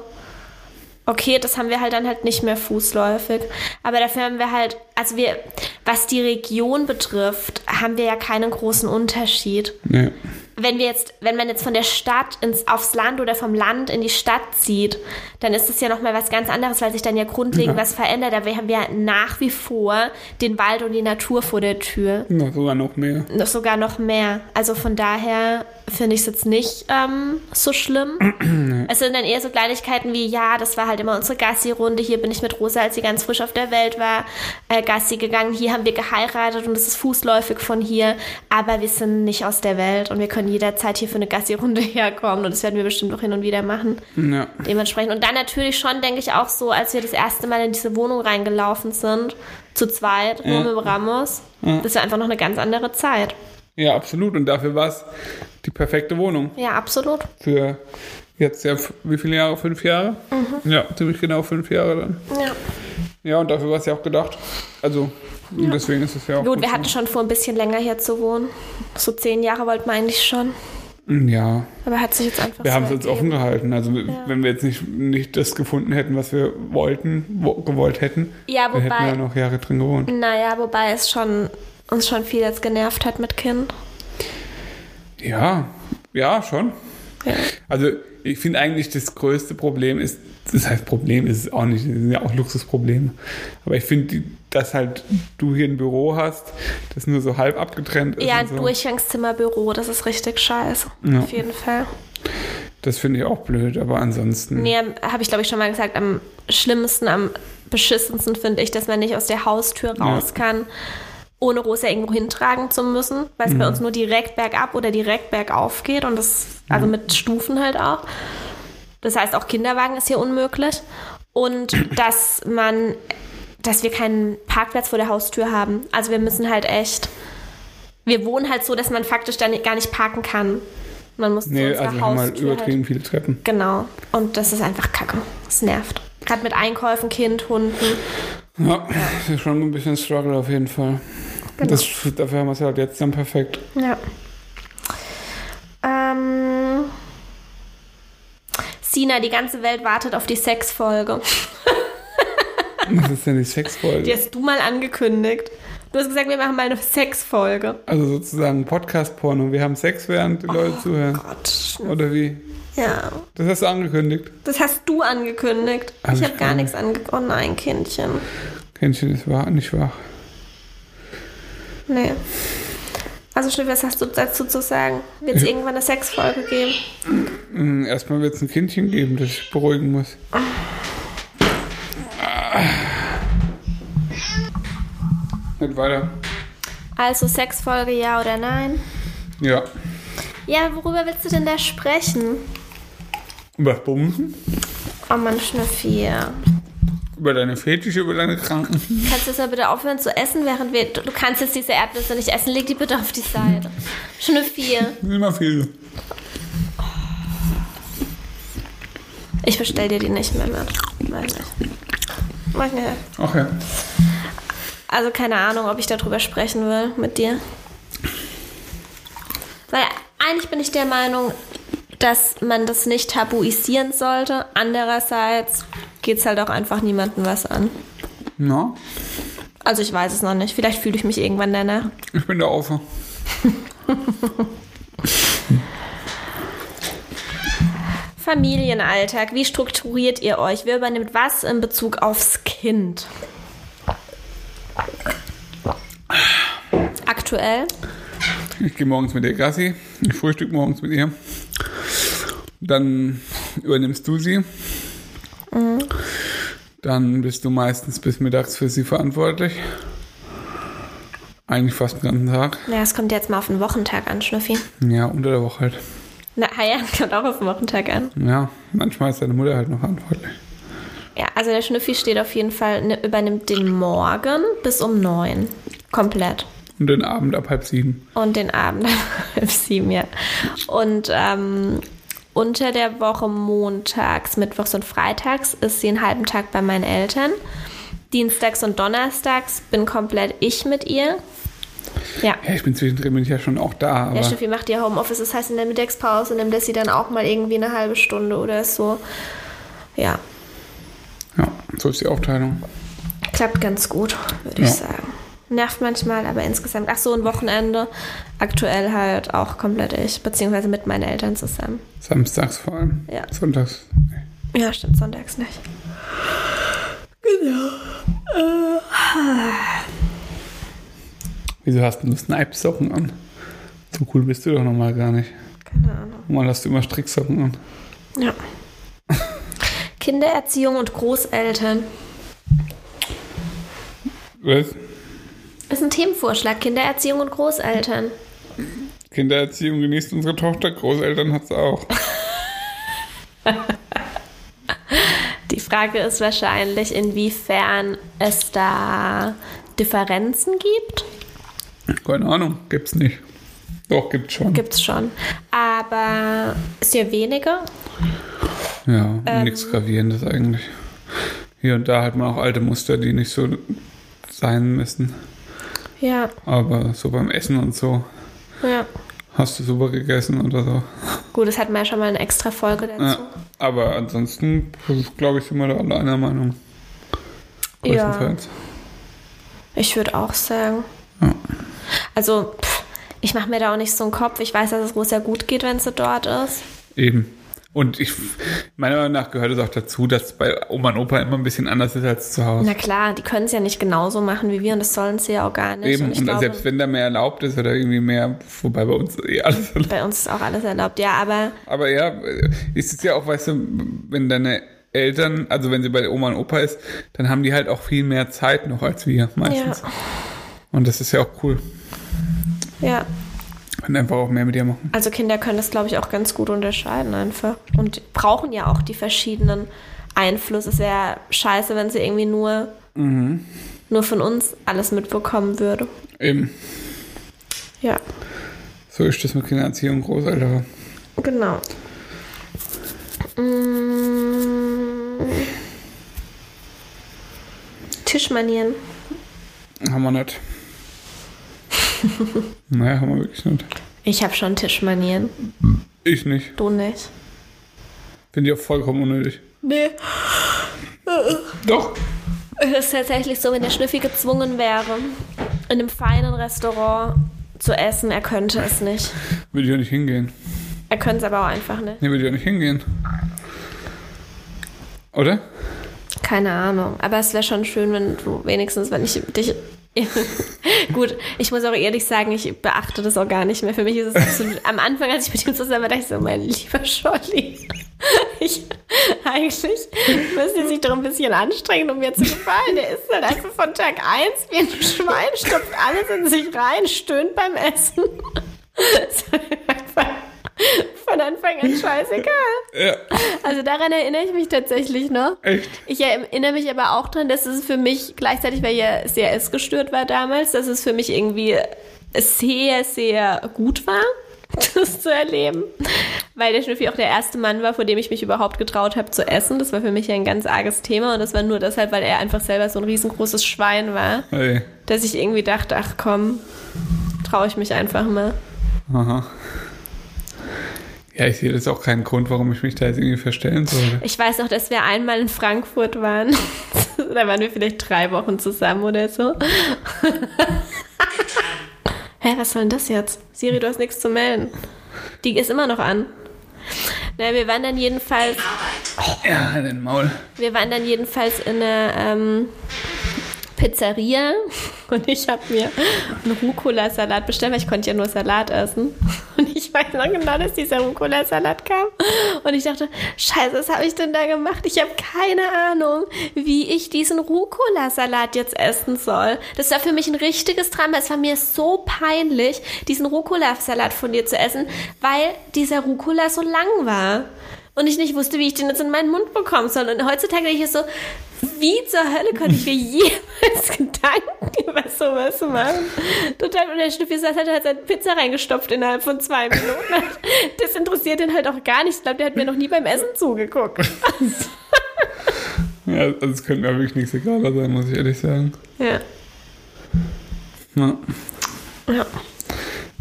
[SPEAKER 1] okay, das haben wir halt dann halt nicht mehr fußläufig. Aber dafür haben wir halt, also wir, was die Region betrifft, haben wir ja keinen großen Unterschied
[SPEAKER 2] Nee.
[SPEAKER 1] wenn wir jetzt, wenn man jetzt von der Stadt ins, aufs Land oder vom Land in die Stadt zieht, dann ist es ja nochmal was ganz anderes, weil sich dann ja grundlegend was verändert. Aber wir haben ja nach wie vor den Wald und die Natur vor der Tür.
[SPEAKER 2] Noch, sogar noch mehr.
[SPEAKER 1] Noch- Sogar noch mehr. Also von daher finde ich es jetzt nicht ähm, so schlimm. Es sind dann eher so Kleinigkeiten wie, ja, das war halt immer unsere Gassi-Runde. Hier bin ich mit Rosa, als sie ganz frisch auf der Welt war, äh, Gassi gegangen. Hier haben wir geheiratet und es ist fußläufig von hier. Aber wir sind nicht aus der Welt und wir können jederzeit hier für eine Gassi-Runde herkommen. Und das werden wir bestimmt auch hin und wieder machen.
[SPEAKER 2] Ja.
[SPEAKER 1] Dementsprechend. Und dann natürlich schon, denke ich, auch so, als wir das erste Mal in diese Wohnung reingelaufen sind, zu zweit, nur mit Ramos, das war einfach noch eine ganz andere Zeit.
[SPEAKER 2] Ja, absolut. Und dafür war es die perfekte Wohnung.
[SPEAKER 1] Ja, absolut.
[SPEAKER 2] Für jetzt ja, f- wie viele Jahre? Fünf Jahre?
[SPEAKER 1] Mhm.
[SPEAKER 2] Ja, ziemlich genau fünf Jahre dann.
[SPEAKER 1] Ja.
[SPEAKER 2] Ja, und dafür war es ja auch gedacht. Also, deswegen ist es ja auch.
[SPEAKER 1] Gut, wir
[SPEAKER 2] so.
[SPEAKER 1] hatten schon vor, ein bisschen länger hier zu wohnen. So zehn Jahre wollten wir eigentlich schon.
[SPEAKER 2] Ja,
[SPEAKER 1] Aber er hat sich jetzt einfach
[SPEAKER 2] wir
[SPEAKER 1] so
[SPEAKER 2] haben es uns offen
[SPEAKER 1] ergeben.
[SPEAKER 2] gehalten. Also wenn wir jetzt nicht, nicht das gefunden hätten, was wir wollten, wo, gewollt hätten,
[SPEAKER 1] Ja,
[SPEAKER 2] dann hätten wir
[SPEAKER 1] wobei-
[SPEAKER 2] ja noch Jahre drin gewohnt.
[SPEAKER 1] Naja, wobei es schon uns schon viel jetzt genervt hat mit Kind.
[SPEAKER 2] Ja, ja, schon.
[SPEAKER 1] Ja.
[SPEAKER 2] Also ich finde eigentlich das größte Problem ist, das heißt Problem ist es auch nicht, das sind ja auch Luxusprobleme. Aber ich finde, die- dass halt du hier ein Büro hast, das nur so halb abgetrennt ist.
[SPEAKER 1] Ja,
[SPEAKER 2] und
[SPEAKER 1] ein
[SPEAKER 2] so,
[SPEAKER 1] Durchgangszimmerbüro, das ist richtig scheiße.
[SPEAKER 2] Ja.
[SPEAKER 1] Auf jeden Fall.
[SPEAKER 2] Das finde ich auch blöd, aber ansonsten.
[SPEAKER 1] Nee, habe ich glaube ich schon mal gesagt, am schlimmsten, am beschissensten finde ich, dass man nicht aus der Haustür raus
[SPEAKER 2] Ja.
[SPEAKER 1] kann, ohne Rosa irgendwo hintragen zu müssen, weil es bei
[SPEAKER 2] Mhm.
[SPEAKER 1] uns nur direkt bergab oder direkt bergauf geht und das, also mit Stufen halt auch. Das heißt, auch Kinderwagen ist hier unmöglich. Und dass man, dass wir keinen Parkplatz vor der Haustür haben. Also wir müssen halt echt, wir wohnen halt so, dass man faktisch dann gar nicht parken kann. Man muss
[SPEAKER 2] Nee,
[SPEAKER 1] zu unserer
[SPEAKER 2] also wir haben halt
[SPEAKER 1] Haustür halt-
[SPEAKER 2] übertrieben viele Treppen.
[SPEAKER 1] Genau. Und das ist einfach kacke. Das nervt. Gerade mit Einkäufen, Kind, Hunden.
[SPEAKER 2] Ja, das ist schon ein bisschen Struggle auf jeden Fall.
[SPEAKER 1] Genau.
[SPEAKER 2] Das, dafür haben wir es halt jetzt dann perfekt.
[SPEAKER 1] Ja. Ähm. Sina, die ganze Welt wartet auf die Sexfolge.
[SPEAKER 2] Das ist ja die Sexfolge.
[SPEAKER 1] Die hast du mal angekündigt. Du hast gesagt, wir machen mal eine Sexfolge.
[SPEAKER 2] Also sozusagen Podcast-Porno. Wir haben Sex, während die Leute zuhören.
[SPEAKER 1] Oh Gott.
[SPEAKER 2] Oder wie?
[SPEAKER 1] Ja.
[SPEAKER 2] Das hast du angekündigt.
[SPEAKER 1] Das hast du angekündigt.
[SPEAKER 2] Hab
[SPEAKER 1] ich
[SPEAKER 2] ich
[SPEAKER 1] habe gar
[SPEAKER 2] gar
[SPEAKER 1] nichts angekündigt. Oh nein, Kindchen.
[SPEAKER 2] Kännchen ist wach, nicht wach.
[SPEAKER 1] Nee. Also, Schnitt, was hast du dazu zu sagen? Wird es irgendwann eine Sexfolge geben?
[SPEAKER 2] Mm, Erstmal wird es ein Kindchen geben, das ich beruhigen muss. Ah. Nicht weiter.
[SPEAKER 1] Also, Sexfolge ja oder nein?
[SPEAKER 2] Ja.
[SPEAKER 1] Ja, worüber willst du denn da sprechen?
[SPEAKER 2] Über das Bumsen?
[SPEAKER 1] Oh Mann, Schnüffi.
[SPEAKER 2] Über deine Fetische, über deine Kranken?
[SPEAKER 1] Kannst du jetzt mal bitte aufhören zu essen, während wir... Du, du kannst jetzt diese Erdnüsse nicht essen. Leg die bitte auf die Seite. Schnüffi.
[SPEAKER 2] Immer viel.
[SPEAKER 1] Ich bestell dir die nicht mehr mit. Weiß nicht. Mach ich nicht.
[SPEAKER 2] Ach ja.
[SPEAKER 1] Also keine Ahnung, ob ich darüber sprechen will mit dir. Weil eigentlich bin ich der Meinung, dass man das nicht tabuisieren sollte. Andererseits geht's halt auch einfach niemandem was an.
[SPEAKER 2] Na,
[SPEAKER 1] Also ich weiß es noch nicht. Vielleicht fühle ich mich irgendwann danach.
[SPEAKER 2] ich bin der Aufer.
[SPEAKER 1] Familienalltag, wie strukturiert ihr euch? Wer übernimmt was in Bezug aufs Kind? Aktuell?
[SPEAKER 2] Ich gehe morgens mit ihr Gassi. Ich frühstück morgens mit ihr. Dann übernimmst du sie. Dann bist du meistens bis mittags für sie verantwortlich. Eigentlich fast den ganzen Tag.
[SPEAKER 1] Na, es kommt jetzt mal auf den Wochentag an, Schnüffi.
[SPEAKER 2] Ja, unter der Woche halt.
[SPEAKER 1] Na, ja, kommt auch auf den Wochentag an.
[SPEAKER 2] Ja, manchmal ist deine Mutter halt noch verantwortlich.
[SPEAKER 1] Ja, also der Schnüffi steht auf jeden Fall, ne, übernimmt den Morgen bis um neun. Komplett.
[SPEAKER 2] Und den Abend ab halb sieben.
[SPEAKER 1] Und den Abend halb sieben, ja. Und ähm, unter der Woche montags, mittwochs und freitags ist sie einen halben Tag bei meinen Eltern. Dienstags und donnerstags bin komplett ich mit ihr. Ja.
[SPEAKER 2] Ja, ich bin zwischendrin bin ich ja schon auch da, aber
[SPEAKER 1] Der Steffi macht ihr Homeoffice, das heißt in der Mittagspause nimmt er sie dann auch mal irgendwie eine halbe Stunde oder so. Ja,
[SPEAKER 2] ja, so ist die Aufteilung.
[SPEAKER 1] klappt ganz gut, würde ich
[SPEAKER 2] Ja.
[SPEAKER 1] sagen. Nervt manchmal, aber insgesamt. Ach so, ein Wochenende. Aktuell halt auch komplett ich, beziehungsweise mit meinen Eltern zusammen.
[SPEAKER 2] Samstags vor allem.
[SPEAKER 1] Ja.
[SPEAKER 2] Sonntags.
[SPEAKER 1] Ja, stimmt, sonntags nicht.
[SPEAKER 2] Wieso hast denn du Snipe-Socken an? So cool bist du doch normal gar nicht.
[SPEAKER 1] Keine Ahnung.
[SPEAKER 2] Normal hast du immer Stricksocken an.
[SPEAKER 1] Ja. Kindererziehung und Großeltern
[SPEAKER 2] Was?
[SPEAKER 1] ist ein Themenvorschlag. Kindererziehung und Großeltern.
[SPEAKER 2] Kindererziehung genießt unsere Tochter, Großeltern hat's auch.
[SPEAKER 1] Die Frage ist wahrscheinlich, inwiefern es da Differenzen gibt.
[SPEAKER 2] Keine Ahnung, gibt's nicht. Doch, gibt's schon.
[SPEAKER 1] Gibt's schon. Aber ist ja weniger.
[SPEAKER 2] ja,
[SPEAKER 1] ähm,
[SPEAKER 2] nichts Gravierendes eigentlich. Hier und da hat man auch alte Muster, die nicht so sein müssen.
[SPEAKER 1] Ja,
[SPEAKER 2] Aber so beim Essen und so
[SPEAKER 1] ja.
[SPEAKER 2] hat Hast du super gegessen oder so.
[SPEAKER 1] Gut, das hatten wir ja schon mal eine extra Folge dazu.
[SPEAKER 2] Ja, aber ansonsten, glaube ich, sind wir da alle einer Meinung.
[SPEAKER 1] Ja.
[SPEAKER 2] Größtenteils.
[SPEAKER 1] Ich würde auch sagen.
[SPEAKER 2] Ja.
[SPEAKER 1] Also, pff, ich mache mir da auch nicht so einen Kopf. Ich weiß, dass es Rosa gut geht, wenn sie dort ist.
[SPEAKER 2] Eben. Und ich, meiner Meinung nach gehört es auch dazu, dass es bei Oma und Opa immer ein bisschen anders ist als zu Hause.
[SPEAKER 1] Na klar, die können es ja nicht genauso machen wie wir und das sollen sie ja auch gar nicht.
[SPEAKER 2] Eben.
[SPEAKER 1] und ich
[SPEAKER 2] Und
[SPEAKER 1] glaube,
[SPEAKER 2] selbst wenn da mehr erlaubt ist oder irgendwie mehr, wobei bei uns eh alles
[SPEAKER 1] bei uns ist auch alles erlaubt. Ja, aber
[SPEAKER 2] Aber ja, äh, ist es ja auch, weißt du, wenn deine Eltern, also wenn sie bei Oma und Opa ist, dann haben die halt auch viel mehr Zeit noch als wir meistens. Und das ist ja auch cool.
[SPEAKER 1] ja,
[SPEAKER 2] Können einfach auch mehr mit dir machen.
[SPEAKER 1] also Kinder können das, glaube ich, auch ganz gut unterscheiden einfach. Und brauchen ja auch die verschiedenen Einflüsse. Es wäre scheiße, wenn sie irgendwie nur,
[SPEAKER 2] Mhm.
[SPEAKER 1] nur von uns alles mitbekommen würde.
[SPEAKER 2] Eben.
[SPEAKER 1] Ja,
[SPEAKER 2] So ist das mit Kindererziehung, Großeltern.
[SPEAKER 1] genau. Mm. Tischmanieren.
[SPEAKER 2] Haben wir nicht. naja, haben wir wirklich nicht.
[SPEAKER 1] Ich habe schon Tischmanieren.
[SPEAKER 2] Ich nicht.
[SPEAKER 1] Du nicht.
[SPEAKER 2] Finde ich auch vollkommen unnötig.
[SPEAKER 1] Nee.
[SPEAKER 2] Doch.
[SPEAKER 1] Es ist tatsächlich so, wenn der Schnüffi gezwungen wäre, in einem feinen Restaurant zu essen, er könnte es nicht.
[SPEAKER 2] Würde ich auch nicht hingehen.
[SPEAKER 1] Er könnte es aber auch einfach nicht.
[SPEAKER 2] Nee, würde ich auch nicht hingehen. Oder?
[SPEAKER 1] Keine Ahnung. Aber es wäre schon schön, wenn du wenigstens, wenn ich dich. Gut, ich muss auch ehrlich sagen, ich beachte das auch gar nicht mehr. Für mich ist es absolut. Am Anfang, als ich mit ihm zusammen war, dachte ich so, mein lieber Scholli. Ich, eigentlich müsste sich doch ein bisschen anstrengen, um mir zu gefallen. Der ist halt einfach von Tag 1 wie ein Schwein, stopft alles in sich rein, stöhnt beim Essen. Das war mir einfach von Anfang an scheißegal.
[SPEAKER 2] Ja,
[SPEAKER 1] Also daran erinnere ich mich tatsächlich noch.
[SPEAKER 2] echt.
[SPEAKER 1] Ich erinnere mich aber auch daran, dass es für mich gleichzeitig, weil ja sehr essgestört war damals, dass es für mich irgendwie sehr, sehr gut war, das zu erleben. Weil der Schnüffi auch der erste Mann war, vor dem ich mich überhaupt getraut habe zu essen. Das war für mich ja ein ganz arges Thema und das war nur deshalb, weil er einfach selber so ein riesengroßes Schwein war,
[SPEAKER 2] Hey.
[SPEAKER 1] dass ich irgendwie dachte, ach komm, traue ich mich einfach mal.
[SPEAKER 2] Aha. Ja, ich sehe das auch keinen Grund, warum ich mich da jetzt irgendwie verstellen sollte.
[SPEAKER 1] Ich weiß noch, dass wir einmal in Frankfurt waren. da waren wir vielleicht drei Wochen zusammen oder so. Hä, was soll denn das jetzt? Siri, du hast nichts zu melden. Die ist immer noch an. Naja, wir waren dann jedenfalls,
[SPEAKER 2] Ja, den Maul.
[SPEAKER 1] wir waren dann jedenfalls in einer ähm, Pizzeria und ich habe mir einen Rucola-Salat bestellt, weil ich konnte ja nur Salat essen. Und ich weiß noch genau, dass dieser Rucola-Salat kam. Und ich dachte, scheiße, was habe ich denn da gemacht? Ich habe keine Ahnung, wie ich diesen Rucola-Salat jetzt essen soll. Das war für mich ein richtiges Drama. Es war mir so peinlich, diesen Rucola-Salat von dir zu essen, weil dieser Rucola so lang war. Und ich nicht wusste, wie ich den jetzt in meinen Mund bekommen soll. Und heutzutage denke ich jetzt so, wie zur Hölle konnte ich mir jemals Gedanken über sowas machen? Total. Und der Schnüffi saß halt, hat seine Pizza reingestopft innerhalb von zwei Minuten. Das interessiert ihn halt auch gar nicht. Ich glaube, der hat mir noch nie beim Essen zugeguckt.
[SPEAKER 2] Ja, also es könnte mir wirklich nichts egaler sein, muss ich ehrlich sagen.
[SPEAKER 1] Ja.
[SPEAKER 2] Ja,
[SPEAKER 1] ja.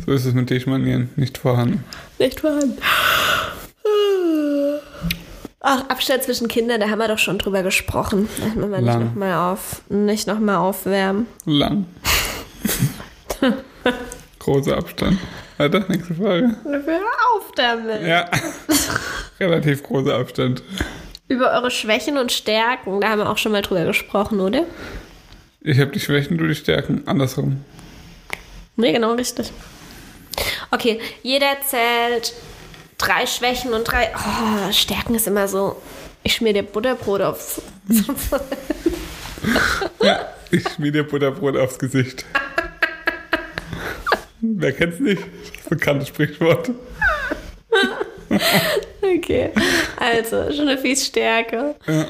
[SPEAKER 2] so ist es mit Tischmanieren, nicht vorhanden.
[SPEAKER 1] Nicht vorhanden. Ach, Abstand zwischen Kindern, da haben wir doch schon drüber gesprochen. Das müssen wir nicht
[SPEAKER 2] Lang.
[SPEAKER 1] nochmal auf, nicht noch mal aufwärmen.
[SPEAKER 2] Lang. Großer Abstand. Weiter, nächste Frage.
[SPEAKER 1] Hör auf damit.
[SPEAKER 2] Ja, relativ großer Abstand.
[SPEAKER 1] Über eure Schwächen und Stärken, da haben wir auch schon mal drüber gesprochen, oder?
[SPEAKER 2] Ich habe die Schwächen, du die Stärken. Andersrum.
[SPEAKER 1] Nee, genau richtig. Okay, jeder zählt drei Schwächen und drei. Oh, Stärken ist immer so. Ich schmier dir Butterbrot aufs.
[SPEAKER 2] Ja, ich schmier dir Butterbrot aufs Gesicht. Wer kennt's nicht? Das bekannte Sprichwort.
[SPEAKER 1] Okay. Also, schon eine fies Stärke.
[SPEAKER 2] Ja.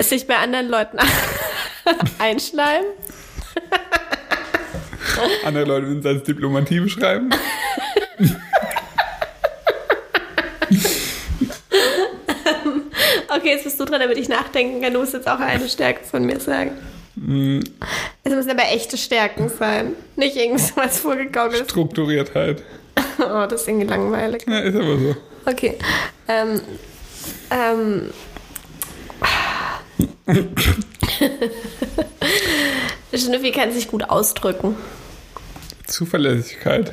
[SPEAKER 1] Sich bei anderen Leuten einschleimen.
[SPEAKER 2] Andere Leute würden es als Diplomatie beschreiben.
[SPEAKER 1] Okay, jetzt bist du dran, damit ich nachdenken kann. Du musst jetzt auch eine Stärke von mir sagen.
[SPEAKER 2] Hm,
[SPEAKER 1] Es müssen aber echte Stärken sein. Nicht irgendwas vorgegaukelt.
[SPEAKER 2] Strukturiertheit.
[SPEAKER 1] oh, das ist irgendwie langweilig.
[SPEAKER 2] Ja, ist aber so.
[SPEAKER 1] Okay. Ähm, ähm. Schnüffi kann sich gut ausdrücken.
[SPEAKER 2] Zuverlässigkeit.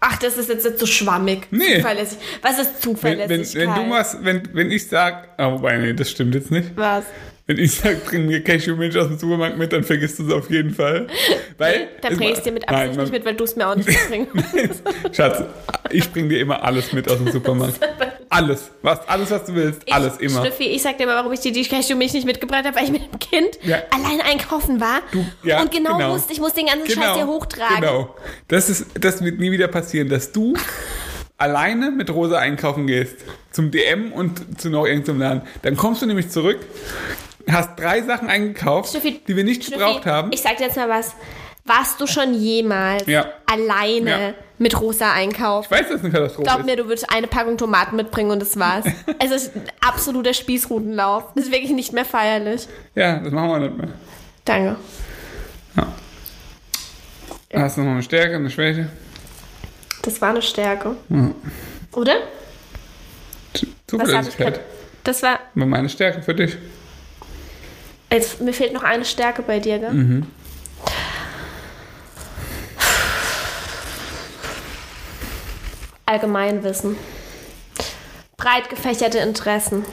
[SPEAKER 1] Ach, das ist jetzt so schwammig.
[SPEAKER 2] Nee.
[SPEAKER 1] Zuverlässig. Was ist
[SPEAKER 2] Wenn, wenn,
[SPEAKER 1] Zuverlässigkeit?
[SPEAKER 2] wenn du was, wenn, wenn ich sag, ah, wobei, nee, das stimmt jetzt nicht.
[SPEAKER 1] Was?
[SPEAKER 2] Wenn ich sag, bring mir Cashewmilch aus dem Supermarkt mit, dann vergisst du es auf jeden Fall. Weil,
[SPEAKER 1] Da bringe ich dir mit Absicht
[SPEAKER 2] Nein, man-
[SPEAKER 1] nicht mit, weil du es mir auch nicht mitbringst.
[SPEAKER 2] Schatz, ich bring dir immer alles mit aus dem Supermarkt. Alles. Was, alles, was du willst. alles,
[SPEAKER 1] ich,
[SPEAKER 2] immer.
[SPEAKER 1] Schnüffi, ich sag dir mal, warum ich dir die Cashew-Milch nicht mitgebracht habe, weil ich mit dem Kind
[SPEAKER 2] Ja.
[SPEAKER 1] allein einkaufen war.
[SPEAKER 2] Du- ja,
[SPEAKER 1] und genau,
[SPEAKER 2] genau.
[SPEAKER 1] musste, ich musste den ganzen Scheiß hier hochtragen.
[SPEAKER 2] Genau. Das, ist, das wird nie wieder passieren, dass du alleine mit Rosa einkaufen gehst. Zum DM und zu noch irgendeinem Laden. Dann kommst du nämlich zurück, hast drei Sachen eingekauft,
[SPEAKER 1] Schnüffi,
[SPEAKER 2] die wir nicht
[SPEAKER 1] Schnüffi,
[SPEAKER 2] gebraucht haben.
[SPEAKER 1] Ich sag dir jetzt mal was. Warst du schon jemals
[SPEAKER 2] Ja.
[SPEAKER 1] alleine
[SPEAKER 2] Ja.
[SPEAKER 1] mit Rosa einkaufen?
[SPEAKER 2] Ich weiß, dass es eine Katastrophe
[SPEAKER 1] Glaub
[SPEAKER 2] ist.
[SPEAKER 1] mir, du würdest eine Packung Tomaten mitbringen und das war's. es ist ein absoluter Spießrutenlauf. Das ist wirklich nicht mehr feierlich.
[SPEAKER 2] Ja, das machen wir nicht mehr.
[SPEAKER 1] Danke.
[SPEAKER 2] Ja. Hast du noch eine Stärke, eine Schwäche?
[SPEAKER 1] Das war eine Stärke.
[SPEAKER 2] Hm.
[SPEAKER 1] Oder? Was
[SPEAKER 2] Zu-
[SPEAKER 1] habe ich
[SPEAKER 2] Zuverlässigkeit.
[SPEAKER 1] grad- Das war.
[SPEAKER 2] War meine Stärke für dich.
[SPEAKER 1] Jetzt, mir fehlt noch eine Stärke bei dir, gell?
[SPEAKER 2] Mhm.
[SPEAKER 1] Allgemeinwissen. Breit gefächerte Interessen.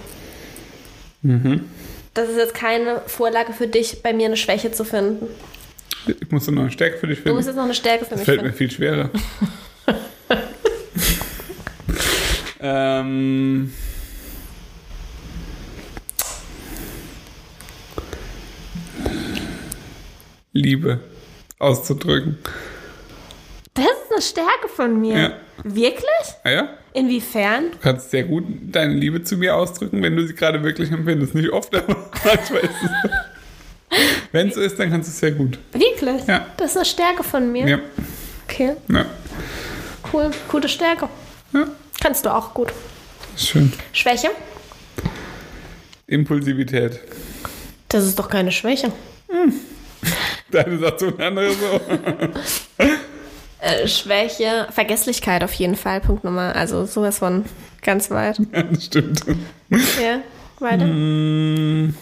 [SPEAKER 2] Mhm.
[SPEAKER 1] Das ist jetzt keine Vorlage für dich, bei mir eine Schwäche zu finden.
[SPEAKER 2] Ich musste noch eine Stärke für dich
[SPEAKER 1] Du
[SPEAKER 2] finden.
[SPEAKER 1] musst jetzt noch eine Stärke für
[SPEAKER 2] Das
[SPEAKER 1] mich
[SPEAKER 2] fällt mir
[SPEAKER 1] finden.
[SPEAKER 2] viel schwerer. ähm. Liebe auszudrücken.
[SPEAKER 1] Das ist eine Stärke von mir.
[SPEAKER 2] Ja.
[SPEAKER 1] Wirklich?
[SPEAKER 2] Ah ja,
[SPEAKER 1] Inwiefern?
[SPEAKER 2] du kannst sehr gut deine Liebe zu mir ausdrücken, wenn du sie gerade wirklich empfindest. Nicht oft, aber manchmal ist es so. Wenn es so ist, dann kannst du es sehr gut.
[SPEAKER 1] Wirklich?
[SPEAKER 2] Ja.
[SPEAKER 1] Das ist eine Stärke von mir.
[SPEAKER 2] Ja,
[SPEAKER 1] Okay,
[SPEAKER 2] ja,
[SPEAKER 1] cool. Gute Stärke.
[SPEAKER 2] ja.
[SPEAKER 1] Kannst du auch gut.
[SPEAKER 2] Ist schön.
[SPEAKER 1] Schwäche?
[SPEAKER 2] Impulsivität.
[SPEAKER 1] Das ist doch keine Schwäche.
[SPEAKER 2] Deine sagt so eine andere so.
[SPEAKER 1] Äh, Schwäche, Vergesslichkeit auf jeden Fall, Punkt Nummer. Also sowas von ganz weit.
[SPEAKER 2] Ja, das stimmt.
[SPEAKER 1] Ja, weiter.
[SPEAKER 2] Mm.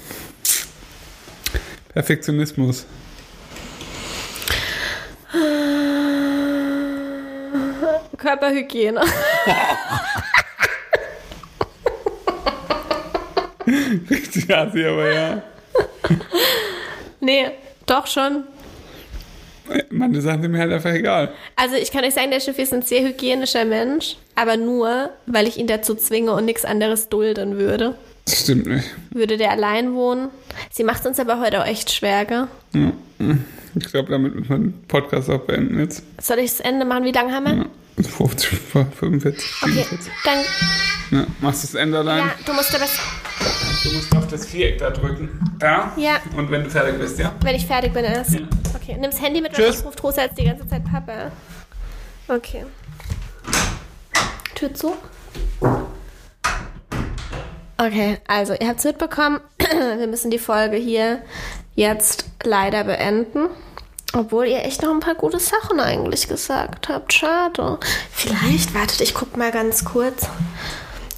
[SPEAKER 2] Perfektionismus.
[SPEAKER 1] Körperhygiene.
[SPEAKER 2] Richtig assi, aber ja.
[SPEAKER 1] Nee, doch schon.
[SPEAKER 2] Manche Sachen sind mir halt einfach egal.
[SPEAKER 1] Also ich kann euch sagen, der Schiff ist ein sehr hygienischer Mensch, aber nur, weil ich ihn dazu zwinge und nichts anderes dulden würde.
[SPEAKER 2] Das stimmt nicht.
[SPEAKER 1] Würde der allein wohnen. Sie macht es uns aber heute auch echt schwer, gell?
[SPEAKER 2] Ich glaube, damit müssen wir den Podcast auch beenden jetzt.
[SPEAKER 1] Soll ich das Ende machen? Wie lange haben
[SPEAKER 2] Mhm.
[SPEAKER 1] wir?
[SPEAKER 2] 50, 45,
[SPEAKER 1] Okay,
[SPEAKER 2] 47.
[SPEAKER 1] dann,
[SPEAKER 2] Ja, machst du das Ende allein?
[SPEAKER 1] ja, du musst aber,
[SPEAKER 2] Du musst auf das Viereck da drücken. Da.
[SPEAKER 1] Ja.
[SPEAKER 2] Und wenn du fertig bist, ja?
[SPEAKER 1] wenn ich fertig bin, erst.
[SPEAKER 2] Ja.
[SPEAKER 1] Okay, nimm das Handy mit, weil
[SPEAKER 2] Tschüss.
[SPEAKER 1] sonst ruft Rosa jetzt die ganze Zeit Papa. Okay. Tür zu. Okay, also ihr habt es mitbekommen, wir müssen die Folge hier jetzt leider beenden. Obwohl ihr echt noch ein paar gute Sachen eigentlich gesagt habt. Schade. Vielleicht, wartet, ich guck mal ganz kurz.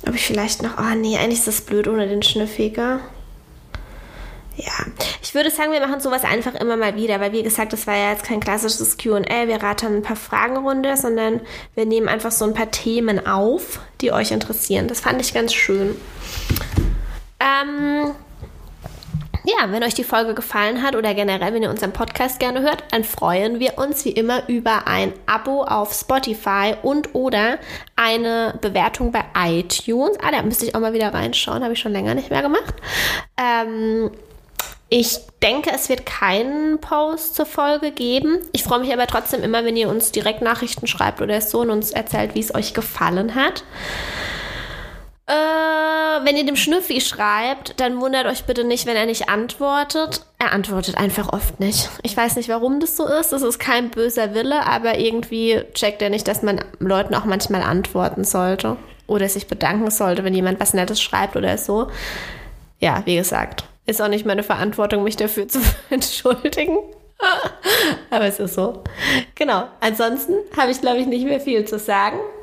[SPEAKER 1] Ob ich vielleicht noch. Oh nee, eigentlich ist das blöd ohne den Schnüffiger. Ja, ich würde sagen, wir machen sowas einfach immer mal wieder, weil wie gesagt, das war ja jetzt kein klassisches QA, wir raten ein paar Fragenrunde, sondern wir nehmen einfach so ein paar Themen auf, die euch interessieren. Das fand ich ganz schön. Ähm, ja, wenn euch die Folge gefallen hat oder generell, wenn ihr unseren Podcast gerne hört, dann freuen wir uns wie immer über ein Abo auf Spotify und oder eine Bewertung bei iTunes. Ah, da müsste ich auch mal wieder reinschauen, habe ich schon länger nicht mehr gemacht. Ähm, ich denke, es wird keinen Post zur Folge geben. Ich freue mich aber trotzdem immer, wenn ihr uns direkt Nachrichten schreibt oder so und uns erzählt, wie es euch gefallen hat. Äh, wenn ihr dem Schnüffi schreibt, dann wundert euch bitte nicht, wenn er nicht antwortet. Er antwortet einfach oft nicht. Ich weiß nicht, warum das so ist. Es ist kein böser Wille, aber irgendwie checkt er nicht, dass man Leuten auch manchmal antworten sollte oder sich bedanken sollte, wenn jemand was Nettes schreibt oder so ja, wie gesagt, ist auch nicht meine Verantwortung, mich dafür zu entschuldigen. Aber es ist so. Genau. Ansonsten habe ich, glaube ich, nicht mehr viel zu sagen.